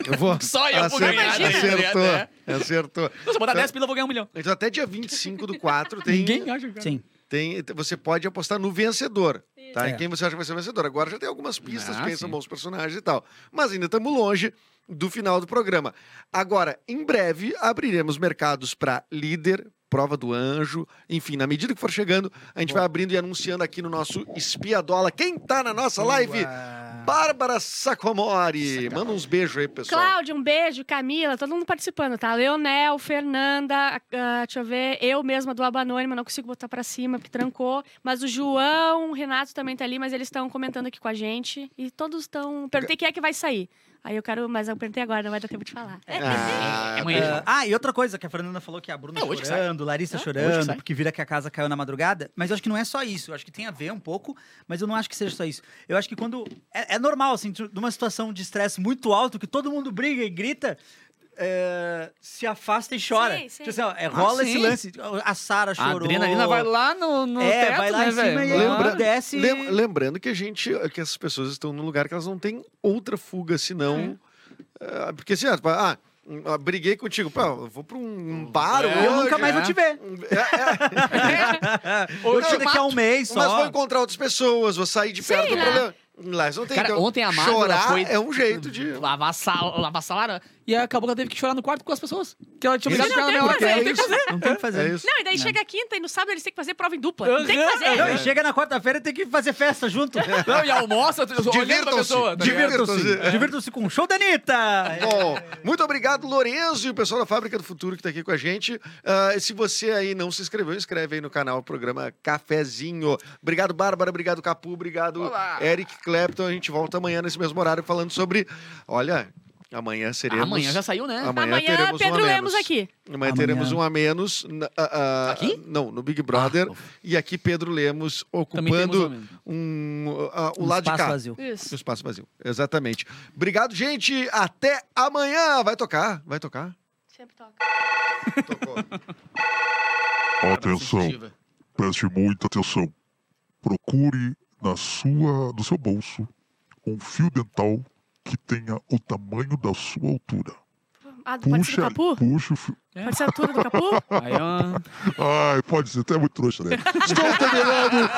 Speaker 2: Eu vou.
Speaker 3: Só eu vou
Speaker 2: Acer-
Speaker 3: ganhar, né?
Speaker 2: Acertou.
Speaker 3: É.
Speaker 2: Acertou.
Speaker 3: Se eu botar
Speaker 2: Então-
Speaker 3: 10 pila, eu vou ganhar um milhão.
Speaker 2: Então, até dia 25 do 4 tem.
Speaker 3: Ninguém acha, cara.
Speaker 5: Sim.
Speaker 2: tem você pode apostar no vencedor. Tá?
Speaker 5: É.
Speaker 2: Em quem você acha que vai ser o vencedor. Agora já tem algumas pistas,
Speaker 3: Ah,
Speaker 2: quem
Speaker 3: sim.
Speaker 2: são bons personagens e tal. Mas ainda estamos longe do final do programa. Agora, em breve, abriremos mercados para líder. Prova do anjo, enfim, na medida que for chegando, a gente vai abrindo e anunciando aqui no nosso Espiadola. Quem tá na nossa live? Bárbara Sacomori.
Speaker 3: tá
Speaker 2: Manda uns beijos aí, pessoal.
Speaker 8: Cláudia, um beijo. Camila, todo mundo participando, tá? Leonel, Fernanda, ah, deixa eu ver, eu mesma do Abanônima, não consigo botar pra cima porque trancou. Mas o João, o Renato também tá ali, mas eles estão comentando aqui com a gente. E todos estão. Perguntei quem é que vai sair. Aí eu quero, mas eu perguntei agora, não vai dar tempo de falar.
Speaker 2: Ah,
Speaker 3: É amanhã.
Speaker 5: Ah, ah, e outra coisa que a Fernanda falou que a Bruna
Speaker 3: É hoje que
Speaker 5: chorando,
Speaker 3: É,
Speaker 5: Larissa
Speaker 3: hoje que
Speaker 5: chorando,
Speaker 3: sai.
Speaker 5: porque vira que a casa caiu na madrugada. Mas eu acho que não é só isso. Eu acho que tem a ver um pouco, mas eu não acho que seja só isso. Eu acho que quando. É, é normal, assim, tu- numa situação de estresse muito alto, que todo mundo briga e grita. é, se afasta e chora.
Speaker 8: Sim, sim.
Speaker 5: Tipo assim, ó, é, rola
Speaker 3: Ah,
Speaker 5: esse
Speaker 3: sim.
Speaker 5: lance. A Sara
Speaker 3: A
Speaker 5: chorou.
Speaker 3: adrenalina vai lá no, no
Speaker 5: É,
Speaker 3: teto,
Speaker 5: vai lá
Speaker 3: né,
Speaker 5: em cima
Speaker 3: velho?
Speaker 5: e
Speaker 2: Lembra-
Speaker 5: lembra, desce.
Speaker 2: Lem- lembrando que a gente, que essas pessoas estão num lugar que elas não têm outra fuga senão.
Speaker 5: É.
Speaker 2: ah, porque assim, ah, tipo, ah, ah, briguei contigo, pá, eu vou pra
Speaker 8: Hum,
Speaker 2: um bar.
Speaker 3: É,
Speaker 5: eu
Speaker 2: hoje,
Speaker 5: nunca mais
Speaker 3: é.
Speaker 5: vou te ver.
Speaker 2: É, é,
Speaker 5: Ou
Speaker 2: eu te
Speaker 5: daqui a um mês só. né?
Speaker 2: mas vou encontrar outras pessoas, vou sair de perto do problema. Lá, eles não têm,
Speaker 3: Cara,
Speaker 2: então,
Speaker 3: ontem a Marvel
Speaker 2: chorar
Speaker 3: foi-
Speaker 2: é um jeito de.
Speaker 3: Lavassal- Lavassalara. E acabou que ela teve que chorar no quarto com as pessoas. Que ela tinha
Speaker 2: Isso. um
Speaker 3: brigado com ela
Speaker 8: Não,
Speaker 3: na hora.
Speaker 8: tem que fazer, tem que fazer.
Speaker 5: Não tem o que fazer.
Speaker 2: É isso.
Speaker 8: Não, e daí chega a quinta e no sábado eles têm que fazer prova em dupla. Tem que fazer. né?
Speaker 5: Não, e chega na quarta-feira tem que fazer festa junto.
Speaker 3: Não, e almoça, tu- olhando pra
Speaker 2: Divirtam-se.
Speaker 3: pessoa. tá ligado?
Speaker 5: Divirtam-se.
Speaker 2: Divirtam-se.
Speaker 5: Divirtam-se com o show da Anitta.
Speaker 2: Bom, muito obrigado, Lorenzo e o pessoal da Fábrica do Futuro que está aqui com a gente. Ah, e se você aí não se inscreveu, inscreve aí no canal, o programa Cafezinho. Obrigado, Bárbara. Obrigado, Capu. Obrigado,
Speaker 3: Olá.
Speaker 2: Eric Clapton. A gente volta amanhã nesse mesmo horário falando sobre. Olha, amanhã seremos.
Speaker 3: Amanhã já saiu, né?
Speaker 2: Amanhã,
Speaker 8: Amanhã,
Speaker 2: teremos um
Speaker 8: Pedro
Speaker 2: a
Speaker 8: Lemos
Speaker 2: menos.
Speaker 8: aqui.
Speaker 2: Amanhã, teremos
Speaker 5: Amanhã.
Speaker 2: um a menos. na- ah, ah,
Speaker 3: Aqui?
Speaker 2: Não, no Big Brother.
Speaker 3: Ah,
Speaker 2: e aqui, Pedro Lemos
Speaker 3: Também temos um a
Speaker 2: ocupando
Speaker 3: menos.
Speaker 2: um, ah, o
Speaker 5: Um
Speaker 2: lado de
Speaker 5: espaço
Speaker 2: cá.
Speaker 5: vazio.
Speaker 8: Isso.
Speaker 2: No espaço vazio, exatamente. Obrigado, gente. Até amanhã. Vai tocar, vai tocar.
Speaker 8: Sempre toca.
Speaker 2: Tocou.
Speaker 1: Atenção, preste muita atenção. Procure na sua, no seu bolso um fio dental que tenha o tamanho da sua altura.
Speaker 8: Ah, pode ser do
Speaker 1: Puxa,
Speaker 8: Capu?
Speaker 1: puxa o fio.
Speaker 8: Pode ser tudo do Capu?
Speaker 3: Aí, ó.
Speaker 1: Ai, pode ser até muito trouxa, né? Estamos terminando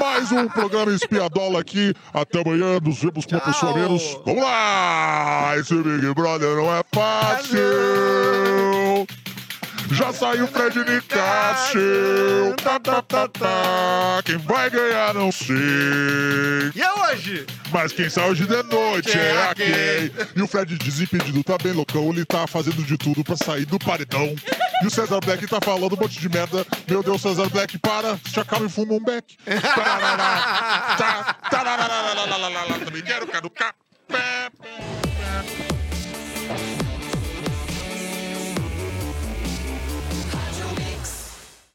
Speaker 1: mais um programa Espiadola aqui. Até amanhã, nos vemos com uma pessoa a menos. Vamos lá! Esse Big Brother não é fácil. Já saiu Fred Nicásio. Tá, tá, tá, tá. Quem vai ganhar não sei.
Speaker 2: E é hoje!
Speaker 1: Mas quem sai hoje de noite é a quem? E o Fred desimpedido tá bem loucão, ele tá fazendo de tudo pra sair do paredão. E o Cesar Black tá falando um monte de merda. Meu Deus, Cesar Black, para, se acaba e fuma um beck. Tararara, tá, tararara, Também quero caducar.